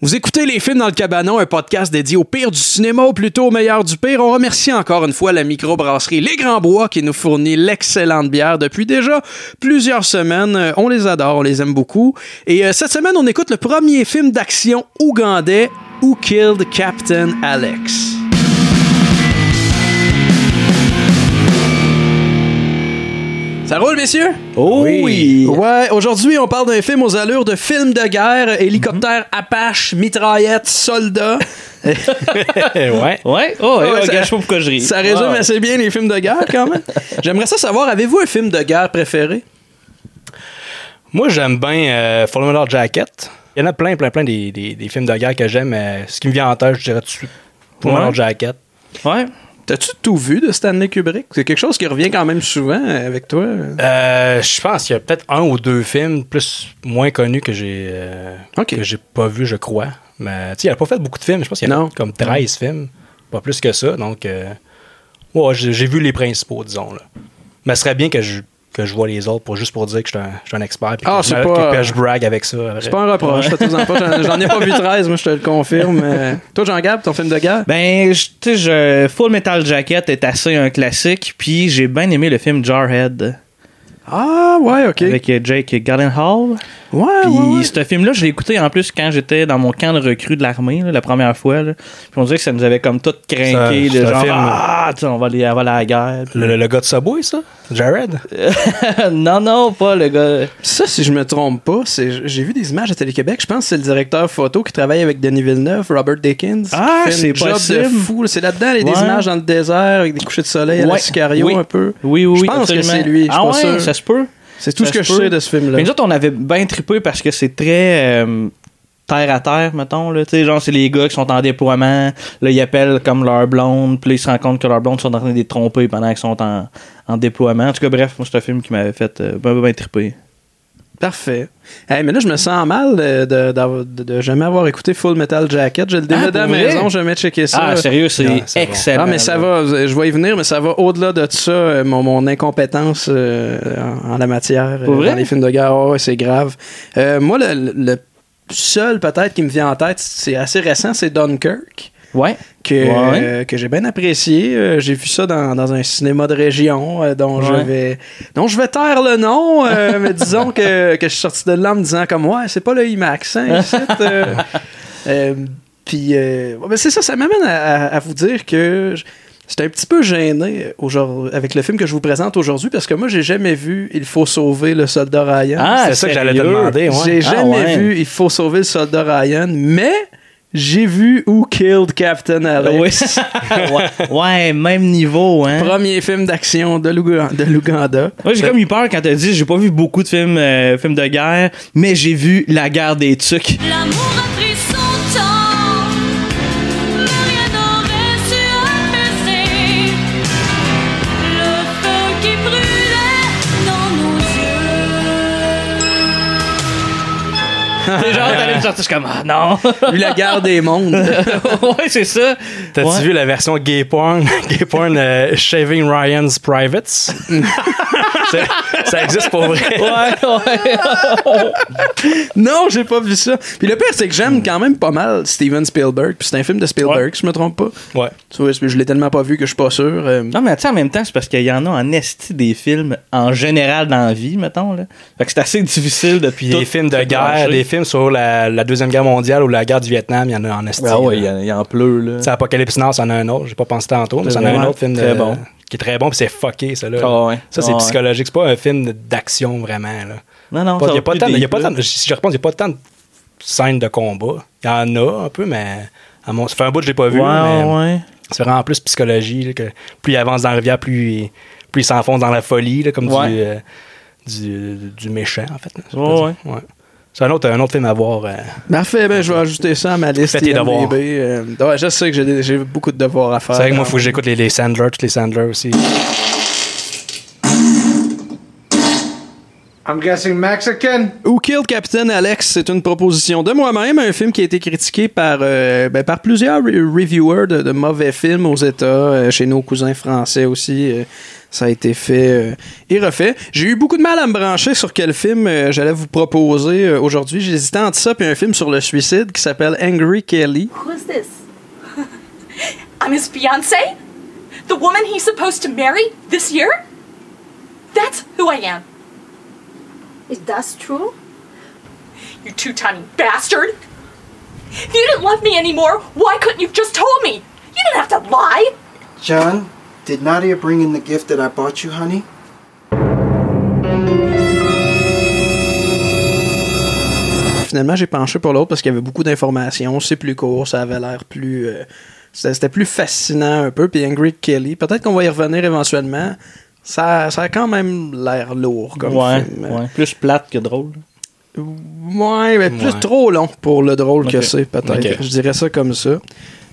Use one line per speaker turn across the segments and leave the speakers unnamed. Vous écoutez Les Films dans le Cabanon, un podcast dédié au pire du cinéma, ou plutôt au meilleur du pire. On remercie encore une fois la microbrasserie Les Grands Bois qui nous fournit l'excellente bière depuis déjà plusieurs semaines. Euh, On les adore, on les aime beaucoup. Et euh, cette semaine, on écoute le premier film d'action ougandais, Who Killed Captain Alex. Ça roule, messieurs?
Oh oui.
Ouais, aujourd'hui, on parle d'un film aux allures de film de guerre, hélicoptère Apache, mitraillette, soldat.
Eh ouais.
Ouais, oh, ouais,
Ouais,
ouais,
ça-
gâche pas pourquoi je ris.
Ça résume
Ouais.
assez bien les films de guerre quand même. J'aimerais ça savoir, avez-vous un film de guerre préféré?
Moi, j'aime bien euh, Full Metal Jacket. Il y en a plein, plein, plein des, des, des films de guerre que j'aime. euh, ce qui me vient en tête, je dirais tout de suite. Full
Ouais.
Metal Jacket.
Ouais.
T'as-tu tout vu de Stanley Kubrick? C'est quelque chose qui revient quand même souvent euh, avec toi.
Euh, je pense qu'il y a peut-être un ou deux films plus moins connus que j'ai euh,
Ok.
que j'ai pas vu, je crois. Mais tu sais, il a pas fait beaucoup de films. Je pense qu'il y a
Non.
fait comme 13 films. Pas plus que ça. Donc, euh, ouais, j'ai j'ai vu les principaux, disons. Là. Mais ce serait bien que je, que je vois les autres pour, juste pour dire que je suis un, je suis un expert. puis
Ah,
que,
c'est
que-
pas-
que je brague avec ça.
C'est pas un reproche, faites-en pas. J'en- J'en ai pas vu 13, moi je te le confirme. Euh, Toi, Jean-Gab, ton film de guerre?
Ben, je- tu sais, je- Full Metal Jacket est assez un classique, puis j'ai bien aimé le film Jarhead
Ah, ouais, ok.
avec euh, Jake Gyllenhaal.
Ouais,
Puis
ouais, ouais.
ce film-là, je l'ai écouté en plus quand j'étais dans mon camp de recrues de l'armée, là, la première fois. là. Puis on dirait que ça nous avait comme tout craqué,
C'est un-
de
c'est un
genre,
film.
ah, tu sais, on va aller, on va aller à la guerre.
Le, le- le gars de Subway, ça? Jared?
non, non, pas le gars.
Ça, si je me trompe pas, c'est j'ai vu des images à Télé-Québec. Je pense que c'est le directeur photo qui travaille avec Denis Villeneuve, Robert Dickens.
Ah,
qui fait
c'est
une job
possible.
de fou. là. C'est là-dedans, il y a des
Ouais.
images dans le désert avec des couchers de soleil à la
Ouais.
Sicario
Oui.
un peu.
Oui, oui,
Je
oui,
pense que
absolument.
c'est lui, je suis
ah
pas
ouais,
sûr.
ça se peut.
C'est tout
Ça
ce que
se
je
peut.
sais de ce film-là.
Mais nous autres, on avait bien trippé parce que c'est très euh, terre à terre, mettons. Là. Tu sais, Genre, c'est les gars qui sont en déploiement. Là, ils appellent comme leur blonde. Puis là, ils se rendent compte que leur blonde sont en train de les tromper pendant qu'ils sont en, en déploiement. En tout cas, bref, moi, c'est un film qui m'avait fait euh, ben, ben, ben triper.
Parfait. Hey, mais là, je me sens mal euh, de, d'avoir- de- de jamais avoir écouté Full Metal Jacket. J'ai le DVD
Ah, pour
à la
vrai?
maison, je vais jamais checker ça.
Ah, sérieux, c'est
Non, c'est bon.
excellent.
Ah, mais ça
là.
va, je vais y venir, mais ça va au-delà de ça, euh, mon, mon incompétence euh, en, en la matière euh,
Pour vrai?
dans les films de guerre. ouais, ouais, c'est grave. Euh, moi, le, le seul peut-être qui me vient en tête, c'est assez récent, c'est Dunkirk.
Ouais.
Que,
Ouais.
euh, que j'ai bien apprécié. Euh, j'ai vu ça dans, dans un cinéma de région euh, dont, je
Ouais.
vais, dont je vais taire le nom, euh, mais disons que, que je suis sorti de là en me disant comme « Ouais, c'est pas le IMAX, hein, ici, euh, euh, Puis, euh, ouais, ben c'est ça, ça m'amène à, à- à vous dire que je- j'étais un petit peu gêné euh, aujourd'hui avec le film que je vous présente aujourd'hui parce que moi, j'ai jamais vu « Il faut sauver le soldat Ryan ».
Ah,
c'est ça que j'allais te
sérieux?
demander. ouais.
J'ai
Ah,
jamais
ouais.
vu Il faut sauver le soldat Ryan, mais j'ai vu Who Killed Captain Alex.
Oui. ouais, ouais, même niveau, hein.
Premier film d'action de l'Ouga- de l'Ouganda.
Moi, j'ai comme eu peur quand t'as dit j'ai pas vu beaucoup de films, euh, films de guerre, mais j'ai vu La guerre des tucs.
L'amour a pris son temps, mais rien n'aurait su apaiser le feu qui brûlait dans nos yeux.
C'est genre, t'allais me sortir, je suis comme, ah non!
Vu la guerre des mondes.
ouais, c'est ça!
T'as-tu
Ouais.
vu la version gay porn, gay porn euh, Shaving Ryan's Privates? C'est- ça existe pour vrai.
non, j'ai pas vu ça. Puis le pire, c'est que j'aime quand même pas mal Steven Spielberg. Puis c'est un film de Spielberg,
Hmm. Ouais.
si je me trompe pas.
Ouais.
Tu vois, je l'ai tellement pas vu que je suis pas sûr. euh,
Ah.
Non, mais tu sais, en même temps, c'est parce qu'il y en a en esti des films en général dans la vie, mettons. Là. Fait que c'est assez difficile depuis.
Puis des films de guerre, des films sur la, la Deuxième Guerre mondiale ou la guerre du Vietnam, il y en a en Estie.
Ah ouais, il y en- il y en pleut, là.
C'est Apocalypse Now, ça en a un autre. J'ai pas pensé tantôt, mais ça en a
Ouais.
un autre film de-
Très bon.
qui est très bon, puis c'est fucké, ça. Là.
Ah ouais.
Ça, c'est
Ah ouais.
psychologique. C'est pas un film de- d'action, vraiment. Là.
Non, non,
Pas-
ça
Il y
va
a pas
plus
tant, il y a
des
pas
plats.
tant- si je repense, il n'y a pas tant de scènes de combat. Il y en a un peu, mais à mon, ça fait un bout que je l'ai pas vu.
Ouais,
mais
ouais.
C'est vraiment plus psychologie. là, que plus il avance dans la rivière, plus il, plus il s'enfonce dans la folie, là, comme
Ouais.
du, euh, du, du méchant, en fait. là, je
Ouais,
peux dire. Ouais. C'est un autre, un autre film à voir. euh,
Parfait, ben, je vais ajouter ça à ma liste.
Fais tes
IMDb,
devoirs.
euh, ouais, je sais que j'ai des- j'ai beaucoup de devoirs à faire. hein.
C'est vrai que moi, il faut que j'écoute les, les Sandler, tous les Sandler aussi.
I'm guessing Mexican.
Who Killed Captain Alex, c'est une proposition de moi-même, un film qui a été critiqué par, euh, ben, par plusieurs re- reviewers de, de mauvais films aux États, euh, chez nos cousins français aussi. euh, ça a été fait euh, et refait. J'ai eu beaucoup de mal à me brancher sur quel film euh, j'allais vous proposer euh, aujourd'hui. J'hésitais entre ça puis un film sur le suicide qui s'appelle Angry Kelly.
Who's this? I'm his fiance? The woman he's supposed to marry this year? That's who I am.
Is that true?
You two timing bastard! If you didn't love me anymore, why couldn't you have just told me? You didn't have to lie!
John, did Nadia bring in the gift that I bought you, honey?
Finalement, j'ai penché pour l'autre parce qu'il y avait beaucoup d'informations. C'est plus court, ça avait l'air plus. euh, c'était c'était plus fascinant un peu. Puis Angry Kelly, peut-être qu'on va y revenir éventuellement. Ça, ça a quand même l'air lourd comme
ouais,
film.
ouais. Plus plate que drôle.
Ouais, mais plus
Ouais.
trop long pour le drôle que
Ok.
c'est, peut-être.
Ok.
Je dirais ça comme ça.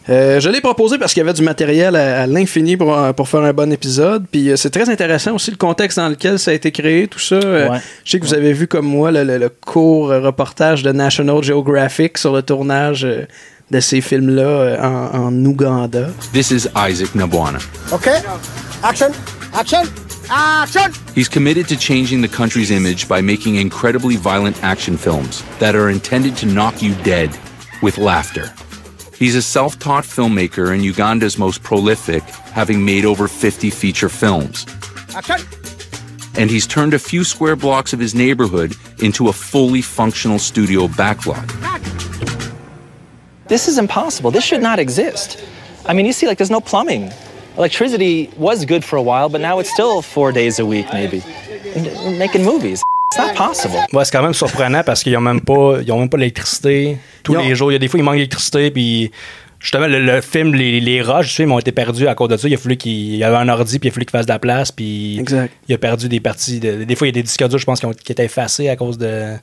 Euh, je l'ai proposé parce qu'il y avait du matériel à, à l'infini pour, euh, pour faire un bon épisode. Puis euh, c'est très intéressant aussi le contexte dans lequel ça a été créé, tout ça. Euh,
Ouais.
Je sais que vous avez vu comme moi le, le- le court reportage de National Geographic sur le tournage euh, de ces films-là euh, en, en Ouganda.
This is Isaac Nabwana.
Okay. Action. Action. Action.
He's committed to changing the country's image by making incredibly violent action films that are intended to knock you dead with laughter. He's a self taught filmmaker and Uganda's most prolific, having made over 50 feature films.
Action.
And he's turned a few square blocks of his neighborhood into a fully functional studio backlot.
This is impossible. This should not exist. I mean, you see, like, there's no plumbing. Electricity was good for a while, but now it's still four days a week, maybe. And we're making movies. It's not possible.
Ouais, c'est quand même surprenant parce qu'ils n'ont même pas, ils ont même pas l'électricité tous
Ils ont-
les jours. Il y a des fois, il manque d'électricité, puis justement, le, le film, les, les rushs du film ont été perdus à cause de ça. Il a fallu qu'il il y avait un ordi, puis il a fallu qu'il fasse de la place, puis
Exact.
il a perdu des parties. de- des fois, il y a des disques durs, je pense, qui, ont- qui étaient effacés à cause de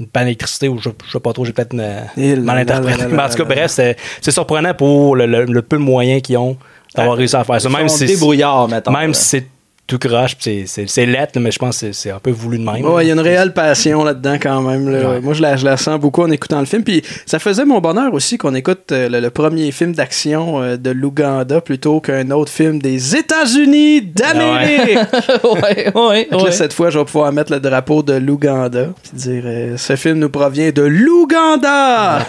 une panne d'électricité ou je, je sais pas trop, j'ai peut-être euh,
Et Eh là,
mal interprété.
là, là,
Mais en tout cas,
là, là, là.
bref, c'est c'est surprenant pour le, le- le peu de moyens qu'ils ont
Ah,
d'avoir réussi à faire ça. Même si,
débrouillard, mettons.
même
là.
si c'est tout croche, puis c'est- c'est c'est lettre, mais je pense que c'est- c'est un peu voulu de même.
Ouais, il y a une réelle passion là-dedans quand même. là.
Ouais.
Moi, je la, je la sens beaucoup en écoutant le film. Puis ça faisait mon bonheur aussi qu'on écoute euh, le, le premier film d'action euh, de l'Ouganda plutôt qu'un autre film des États-Unis d'Amérique.
ouais, ouais,
Fait que là,
ouais.
cette fois, je vais pouvoir mettre le drapeau de l'Ouganda puis dire euh, ce film nous provient de l'Ouganda.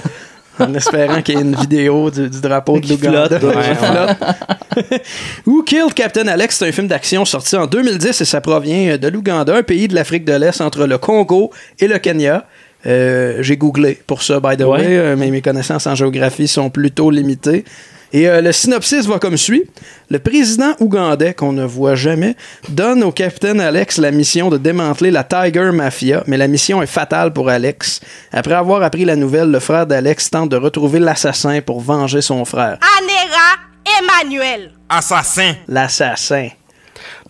En espérant qu'il y ait une vidéo du, du drapeau de
Qui
l'Ouganda.
flotte,
ouais,
Qui flotte. Who Killed Captain Alex, c'est un film d'action sorti en 2010 et ça provient euh, de l'Ouganda, un pays de l'Afrique de l'Est entre le Congo et le Kenya. Euh, J'ai googlé pour ça, by the
Ouais.
way, euh, mais mes connaissances en géographie sont plutôt limitées. Et euh, le synopsis va comme suit. Le président ougandais, qu'on ne voit jamais, donne au capitaine Alex la mission de démanteler la Tiger Mafia, mais la mission est fatale pour Alex. Après avoir appris la nouvelle, le frère d'Alex tente de retrouver l'assassin pour venger son frère.
Anera Emmanuel.
Assassin.
L'assassin.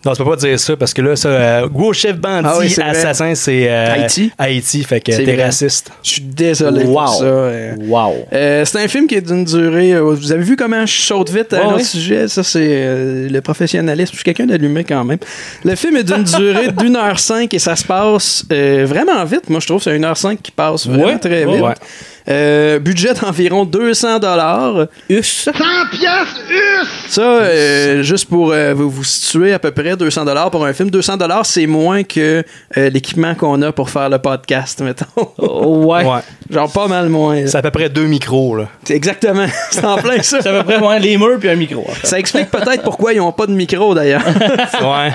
Non, tu peux pas dire ça parce que là, ça, euh, gros chef bandit,
Ah oui, c'est vrai.
assassin, c'est euh,
Haïti.
Haïti, fait que
C'est
t'es
vrai.
raciste.
Je suis désolé
wow.
pour ça. euh.
Wow.
Euh, c'est un film qui est d'une durée. euh, vous avez vu comment je saute vite à
Ouais,
un autre
ouais.
sujet. Ça, c'est euh, le professionnalisme. Je suis quelqu'un d'allumé quand même. Le film est d'une durée d'une heure cinq et ça se passe euh, vraiment vite. Moi, je trouve que c'est une heure cinq qui passe vraiment
Ouais,
très vite.
ouais.
Euh, budget d'environ 200 dollars.
100 pièces US!
Ça, euh, juste pour euh, vous, vous situer à peu près 200 dollars pour un film. 200 dollars, c'est moins que euh, l'équipement qu'on a pour faire le podcast, mettons.
Oh, ouais.
Ouais.
Genre pas mal moins. là.
C'est à peu près deux micros, là.
C'est Exactement. c'est en plein ça.
C'est à peu près ouais, les murs puis un micro. en fait.
Ça explique peut-être pourquoi ils n'ont pas de micro d'ailleurs.
ouais.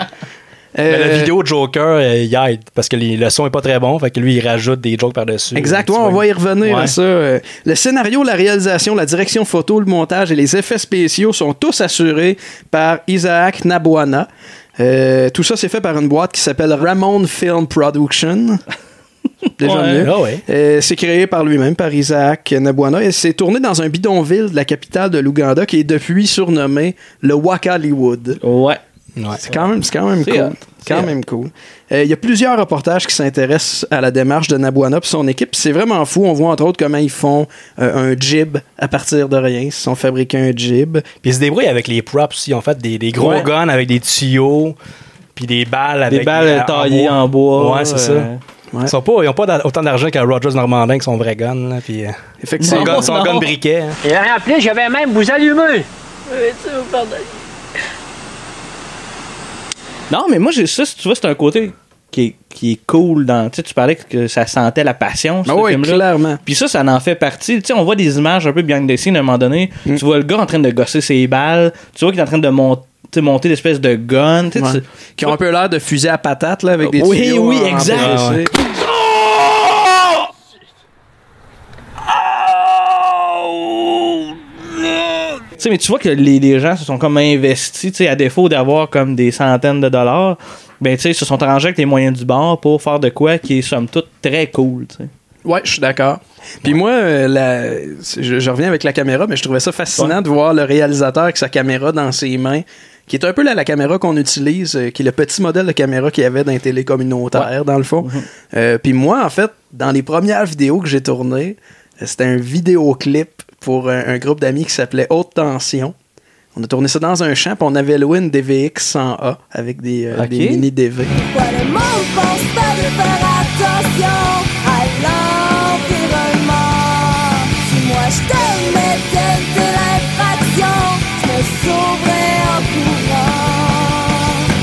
Euh,
Mais la vidéo de Joker, euh, il aide parce que les- le son est pas très bon, fait que lui, il rajoute des jokes par-dessus.
Exact,
Tu
ouais, on
vois.
va y revenir
Ouais.
à ça. Euh, Le scénario, la réalisation, la direction photo, le montage et les effets spéciaux sont tous assurés par Isaac Nabwana. Euh, tout ça, c'est fait par une boîte qui s'appelle Ramon Film Production. Déjà
Ouais.
mieux.
Ah ouais.
Euh, c'est créé par lui-même, par Isaac Nabwana, et c'est tourné dans un bidonville de la capitale de l'Ouganda qui est depuis surnommé le Wakaliwood.
Ouais.
Ouais.
Ah, C'est quand même, c'est quand même
C'est
cool.
hot.
C'est quand même cool. Euh, Il y a plusieurs reportages qui s'intéressent à la démarche de Nabwana et son équipe. C'est vraiment fou. On voit entre autres comment ils font euh, un jib à partir de rien. Ils se sont fabriqués un jib.
Puis il se débrouille avec les props aussi. En fait, des, des gros
Ouais.
guns avec des tuyaux. puis des balles avec euh,
balles taillées en bois,
Ouais, c'est ça.
euh,
Ils sont pas, ils ont pas d'a- autant d'argent qu'un Rogers Normandin qui sont vrai gun, là, puis euh,
Effectivement.
son gun, son
Ah Non.
gun briquet. hein.
Et en plus, je vais même vous allumer.
Non, mais moi, j'ai ça, tu vois, c'est un côté qui est, qui est cool dans. Tu sais, tu parlais que ça sentait la passion.
Ah oui,
clairement. Puis ça, ça en fait partie. Tu sais, on voit des images un peu behind the scenes à un moment donné.
Mm.
Tu vois le gars en train de gosser ses balles. Tu vois qu'il est en train de monter monter l'espèce de gun tu sais,
Ouais.
tu-
Qui ont un peu l'air de fusée à patate, là, avec des
Oui,
tuyaux hein,
oui,
en-
exact.
empressés.
Ouais, ouais. Tu sais, mais tu vois que les, les gens se sont comme investis, tu sais, à défaut d'avoir comme des centaines de dollars, ben tu sais, ils se sont arrangés avec les moyens du bord pour faire de quoi qui est somme toute très cool, tu sais.
Ouais, je suis d'accord. Puis moi, euh, la- c'est- je, je reviens avec la caméra, mais je trouvais ça fascinant de voir le réalisateur avec sa caméra dans ses mains, qui est un peu la, la caméra qu'on utilise, euh, qui est le petit modèle de caméra qu'il y avait dans les télécommunautaires, dans le fond. Euh, puis moi, en fait, dans les premières vidéos que j'ai tournées, euh, c'était un vidéoclip pour un, un groupe d'amis qui s'appelait Haute Tension. On a tourné ça dans un champ, puis on avait loué une DVX 100A avec des, euh,
Ok.
des mini DV.
Pourquoi le monde pense pas de faire attention à l'environnement Si moi je commettais de l'infraction, je me sauverais en courant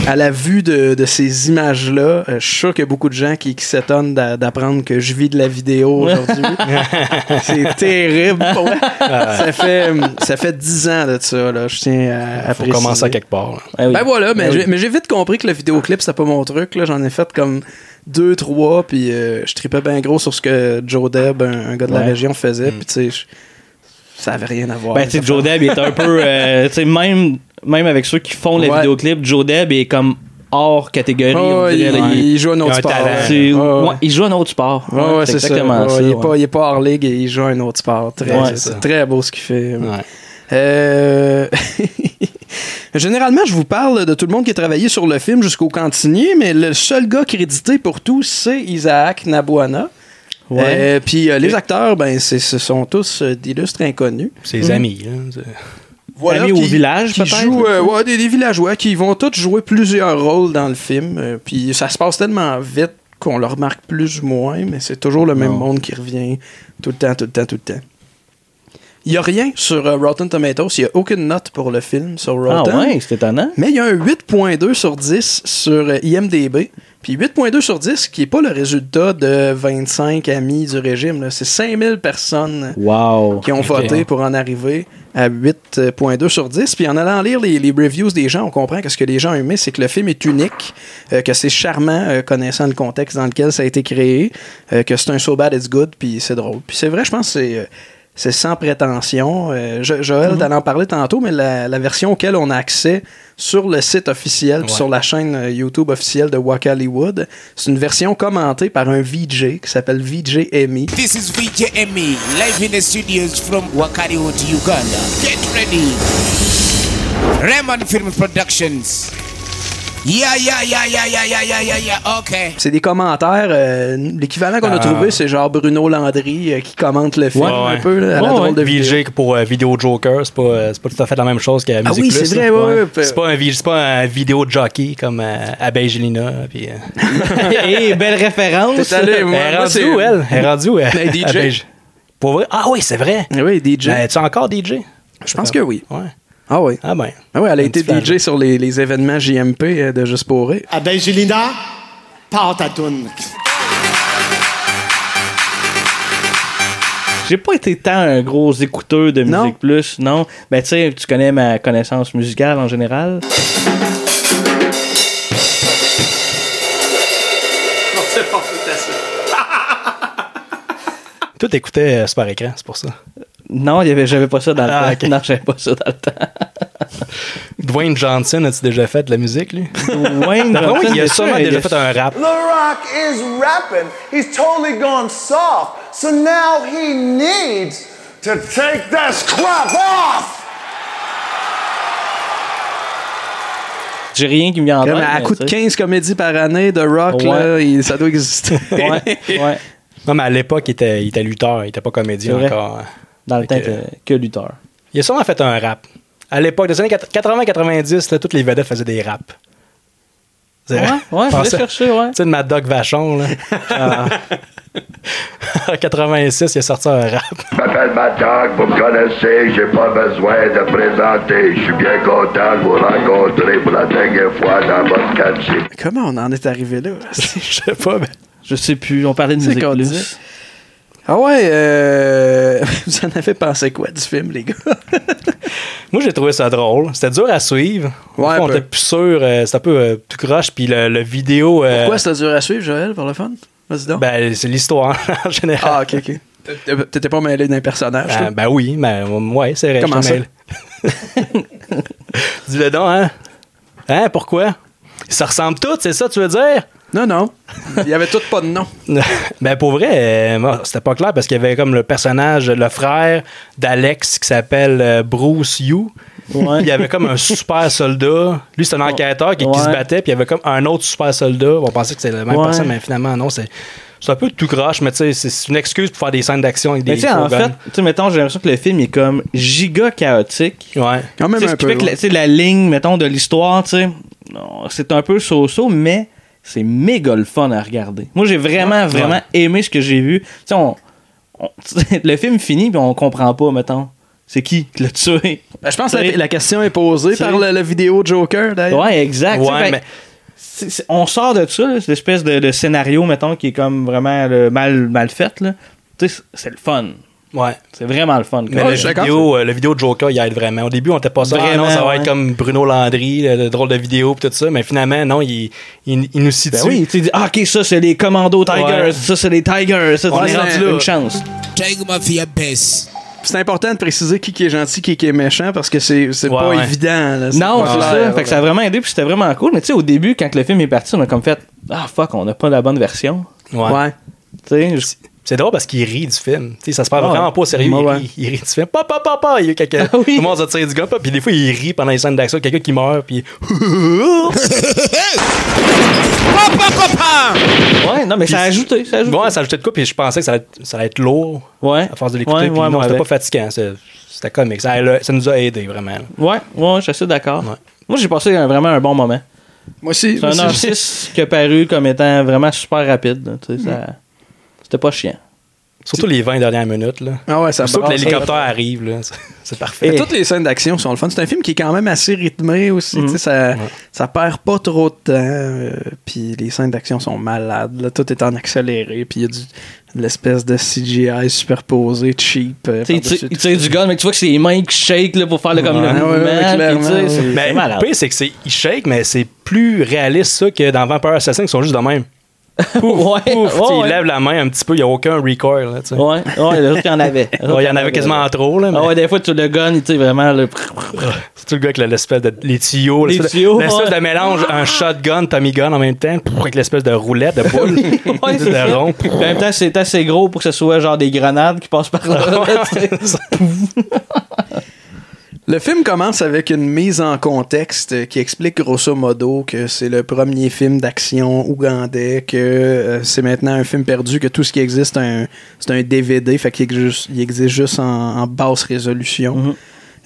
À la vue de, de ces images-là, euh, je suis sûr qu'il y a beaucoup de gens qui, qui s'étonnent d'a- d'apprendre que je vis de la vidéo aujourd'hui. C'est terrible. pour vrai. ça, fait, ça fait 10 ans de ça. Là. Je tiens à, à
Faut
préciser.
commencer à quelque part. là.
Ah
Ben voilà, mais
Ben oui.
j'ai- mais j'ai vite compris que le vidéoclip, c'était pas mon truc. là. J'en ai fait comme deux, trois, puis euh, je tripais bien gros sur ce que Joe Deb, un, un gars de la
Ouais.
région, faisait. Puis tu sais, je- ça avait rien à voir.
Ben, tu sais,
Ça
Joe Deb il est un peu. euh, tu sais, même, même avec ceux qui font les
Ouais.
vidéoclips, Joe Deb est comme hors catégorie.
Ouais,
on dirait, là,
il- Oh, il joue un autre
il a
sport.
talent.
Ouais.
C'est-
Ouais, ouais.
ouais, il joue un autre sport.
Ouais, ouais, c'est ça.
exactement
Ouais,
ça.
il, est
ouais.
pas, il est pas hors ligue et il joue un autre sport. Très,
Ouais,
c'est
c'est ça.
très beau ce qu'il fait. Euh, Généralement, je vous parle de tout le monde qui a travaillé sur le film jusqu'au cantinier, mais le seul gars crédité pour tout, c'est Isaac Nabuana.
Ouais.
Euh, Puis euh, les acteurs, ben, c'est- ce sont tous euh, d'illustres inconnus.
Ses amis. hein, c'est-
Voilà,
Amis au
qui-
village,
qui
peut-être?
jouent, euh, ouais, des, des villageois qui vont tous jouer plusieurs rôles dans le film. euh, puis ça se passe tellement vite qu'on le remarque plus ou moins, mais c'est toujours le même monde qui revient tout le temps, tout le temps, tout le temps. Il n'y a rien sur euh, Rotten Tomatoes. Il n'y a aucune note pour le film sur
Ah
Rotten.
ouais, c'est étonnant.
Mais il y a un 8.2 sur 10 sur euh, IMDB. Puis 8.2 sur 10, qui n'est pas le résultat de 25 amis du régime. là. C'est 5000 personnes
Wow.
qui ont voté pour en arriver à 8.2 sur 10. Puis en allant lire les, les reviews des gens, on comprend que ce que les gens ont aimé, c'est que le film est unique, euh, que c'est charmant, euh, connaissant le contexte dans lequel ça a été créé, euh, que c'est un so bad it's good, puis c'est drôle. Puis c'est vrai, je pense que c'est... euh, c'est sans prétention. Euh, Jo- Joël, t'allais en parler tantôt, mais la, la version auquel on a accès sur le site officiel, puis
Ouais.
sur la chaîne euh, YouTube officielle de Waka Hollywood, c'est une version commentée par un VJ qui s'appelle VJ Emmy.
This is VJME, live in the studios from Wakario to Uganda. Get ready. Raymond Film Productions. Yeah, yeah, yeah, yeah, yeah, yeah, yeah, yeah, yeah. Okay.
C'est des commentaires. euh, L'équivalent qu'on a
Ah.
trouvé, c'est genre Bruno Landry euh, qui commente le film un peu là, à la
Ouais,
drôle de
ouais.
vidéo.
VJ pour euh, Vidéo Joker, c'est pas, euh, c'est pas tout à fait la même chose que la
Ah
musique
oui,
Plus,
c'est
là.
vrai, ouais, ouais.
C'est pas un, vi- c'est pas un vidéo jockey comme euh, Abbé Gélina. Puis, euh,
Et belle référence.
T'es allé, moi,
elle est
moi,
rendue
c'est-
où, elle? Elle est rendue où, elle?
Ben, DJ.
Abbé G- Pour vrai? Ah oui, c'est vrai.
Eh Oui, DJ.
Ben, tu es encore DJ?
Je pense que oui.
Ouais.
Ah oui.
Ah ben.
Ah oui, elle a
Un
été
petit
DJ sur les, les événements JMP euh, de Juste pour Rire.
Ah ben, Gélina, part ta toune.
J'ai pas été tant un gros écouteur de Musique Plus, non. Ben, tu sais, tu connais ma connaissance musicale en général.
Tout écoutait euh, Super Écran, c'est pour ça.
Non, il y avait- j'avais pas ça dans le
Ah,
temps.
ok.
Non, j'avais pas ça dans le temps.
Dwayne Johnson, as-tu déjà fait de la musique, lui?
Dwayne
D'après moi,
Johnson,
il a
bien
sûrement
sûr, il
déjà
a-
fait un rap.
The Rock is rapping. He's totally gone soft. So now he needs to take this crap off.
J'ai rien qui me vient en tête.
Comme à
ben,
mais,
coup
tu
de
sais.
15 comédies par année de rock,
Ouais.
là, il- ça doit exister.
Ouais, ouais.
Non, mais à l'époque, il était, il était lutteur, il était pas comédien
C'est vrai.
encore. hein.
Dans le temps
Fait
que, que lutteur.
Il a sûrement fait un rap. À l'époque des années 80-90, toutes les vedettes faisaient des raps. C'est-
Ouais, ouais, je
Pensais-
l'ai cherché, ouais. Ah.
Tu sais, de Mad Dog Vachon, là. En 86, il a sorti un rap.
Je m'appelle Matac, vous me connaissez, j'ai pas besoin de présenter. Je suis bien content de vous rencontrer pour la dernière fois dans votre quartier.
Comment on en est arrivé là? je
sais pas, mais...
Je sais plus, on parlait de
C'est
musique
qu'on
plus.
disait. Ah ouais, euh, vous en avez pensé quoi du film, les gars?
Moi, j'ai trouvé ça drôle. C'était dur à suivre. Au fond, on
peu.
était plus sûr. euh, c'était un peu euh, tout croche. Puis le, le vidéo. euh,
Pourquoi c'était dur à suivre, Joël, pour le fun? Vas-y donc.
Ben, c'est l'histoire en général.
Ah, ok, ok. T'étais- T'étais pas mêlé d'un
Ah,
personnage,
Ben,
toi?
ben oui, mais ouais, c'est vrai.
Comment
je
ça?
te mêle. Dis-le donc, hein? Hein, pourquoi? Ça ressemble tout, c'est ça, tu veux dire?
Non, non. Il y avait tout pas de nom.
ben, pour vrai, euh, moi, c'était pas clair parce qu'il y avait comme le personnage, le frère d'Alex qui s'appelle euh, Bruce You.
Ouais.
Il y avait comme un super soldat. Lui, c'est un enquêteur qui, qui
Ouais.
se battait, puis il y avait comme un autre super soldat. On pensait que c'était la même
Ouais.
personne, mais finalement, non, c'est. C'est un peu tout croche, mais tu sais, c'est- c'est une excuse pour faire des scènes d'action avec des
Mais tu sais, en
gros guns.
fait, tu sais, mettons, j'ai l'impression que le film est comme giga chaotique.
Ouais.
Quand même
ce
un
qui
peu,
fait que
ouais.
la, tu sais, la ligne, mettons, de l'histoire, tu sais, non, c'est un peu so-so, mais c'est méga le fun à regarder. Moi, j'ai vraiment, vraiment aimé ce que j'ai vu. Tu sais, on, on- tu sais, le film finit, puis on comprend pas, mettons, c'est qui qui l'a tué.
Ben, je pense que la, la question est posée
C'est-
par le- la vidéo de Joker, d'ailleurs.
Ouais, exact. tu sais, fait-
mais-
c'est- c'est- on sort de ça, là, cette espèce de, de scénario, mettons, qui est comme vraiment là, mal, mal fait. Là. Tu sais, c'est- c'est le fun.
Ouais.
C'est vraiment le fun.
Mais
comme-
le, jeu vidéo, euh, le vidéo de Joker, il aide vraiment. Au début, on était pas sûr, ah, non,
Vraiment,
ça va
ouais.
être comme Bruno Landry, le, le drôle de vidéo, pis tout ça. Mais finalement, non, il, il, il nous situe.
Ben oui, tu dis, ah, ok, ça c'est les commandos Tigers,
Ouais.
ça c'est les Tigers, ça
On
c'est
est rendu là.
une chance.
Tiger Mafia Bess.
C'est important de préciser qui, qui est gentil, qui, qui est méchant, parce que c'est c'est
Ouais,
pas
ouais.
évident. là.
Non,
pas
c'est ça.
clair,
fait
là.
que ça a vraiment aidé, puis c'était vraiment cool. Mais tu sais, au début, quand le film est parti, on a comme fait, ah fuck, on n'a pas la bonne version.
Ouais.
Tu sais, je-
C'est drôle parce qu'il rit du film. Tu sais, ça se prend
Ah ouais.
vraiment pas au sérieux.
Ouais,
il,
ouais.
rit, il rit du film. Papa, papa, il y a quelqu'un.
Ah oui.
Tout le monde se tire du gars, puis des fois, il rit pendant les scènes d'action. Quelqu'un qui meurt, puis.
Papa, papa!
Ouais, non, mais ça a ajouté. Ça a ajouté.
Ouais, ça a ajouté de quoi, puis je pensais que ça allait être, ça allait être lourd
ouais.
à force de l'écouter.
Ouais,
puis
ouais,
non,
moi
c'était pas
avec.
fatigant. c'est- C'était comique. Ça, elle a- ça nous a aidé vraiment. là.
Ouais, ouais, je suis assez d'accord. Moi, j'ai passé un- vraiment un bon moment.
Moi aussi.
C'est
moi
un
aussi, j'ai-
artiste qui a paru comme étant vraiment super rapide. là, tu sais, ça- C'était pas chiant.
Surtout les 20 dernières minutes. Là.
Ah ouais, ça
Surtout que
brasse.
l'hélicoptère arrive, là. c'est- c'est parfait.
Mais toutes les scènes d'action sont le fun. C'est un film qui est quand même assez rythmé aussi.
Mhm.
tu sais, Ça, ça perd pas trop de temps. euh, puis les scènes d'action sont malades. là. Tout est en accéléré. Puis il y a du, de l'espèce de CGI superposé, cheap. euh,
Tu sais, il
par-dessus
tire- il tire du gun, mais tu vois que c'est les mains qui shake là, pour faire là, comme
Ouais,
le
ouais,
mouvement.
ouais,
puis,
clairement,
tu sais, c'est-
ouais.
c'est
Mais
malade.
Ben, le pire, c'est que c'est ils shake, mais c'est plus réaliste ça que dans Vampire Assassin qui sont juste de même.
ouais,
Pouf, tu sais,
ouais,
ils lèvent la main un petit peu, il n'y a aucun recoil. Là, tu sais.
Ouais, ouais, les autres, il y en avait. Les
Ouais,
autres,
il y en avait quasiment en trop. Là, mais...
Ah ouais, des fois, tu le gun, tu sais, vraiment, le...
C'est tout le gars avec l'espèce de. Les tuyaux,
Les
l'espèce de-
tuyaux,
l'espèce
ouais.
de mélange, un shotgun, Tommy Gun en même temps, pff, avec l'espèce de roulette, de boule,
Ouais, c'est
de
ça.
rond.
Puis En même temps, c'est assez gros pour que ce soit genre des grenades qui passent par là.
Ouais,
tu sais.
Le film commence avec une mise en contexte euh, qui explique grosso modo que c'est le premier film d'action ougandais, que euh, c'est maintenant un film perdu, que tout ce qui existe, c'est un- c'est un DVD, fait qu'il existe, il existe juste en, en basse résolution.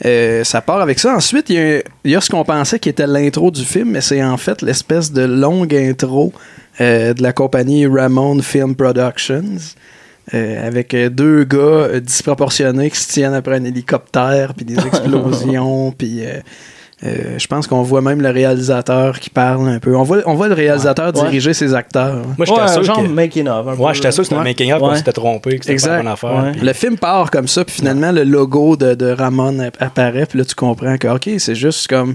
Euh, ça part avec ça. Ensuite, il y a, il y a ce qu'on pensait qui était l'intro du film, mais c'est en fait l'espèce de longue intro euh, de la compagnie Ramon Film Productions. Euh, avec euh, deux gars euh, disproportionnés qui se tiennent après un hélicoptère, puis des explosions, puis euh, euh, je pense qu'on voit même le réalisateur qui parle un peu. On voit, on voit le réalisateur
Ouais.
diriger ses acteurs.
Moi, j'étais
Ouais,
sûr
genre
que-
making of. un peu,
Ouais, j'étais sûr que c'était un
Ouais.
making-up, qu'on
Ouais.
s'était trompé, que c'était pas
Exact.
une bonne affaire.
Ouais.
puis-
Le film part comme ça, puis finalement, le logo de, de Ramon app- apparaît, puis là, tu comprends que, OK, c'est juste comme...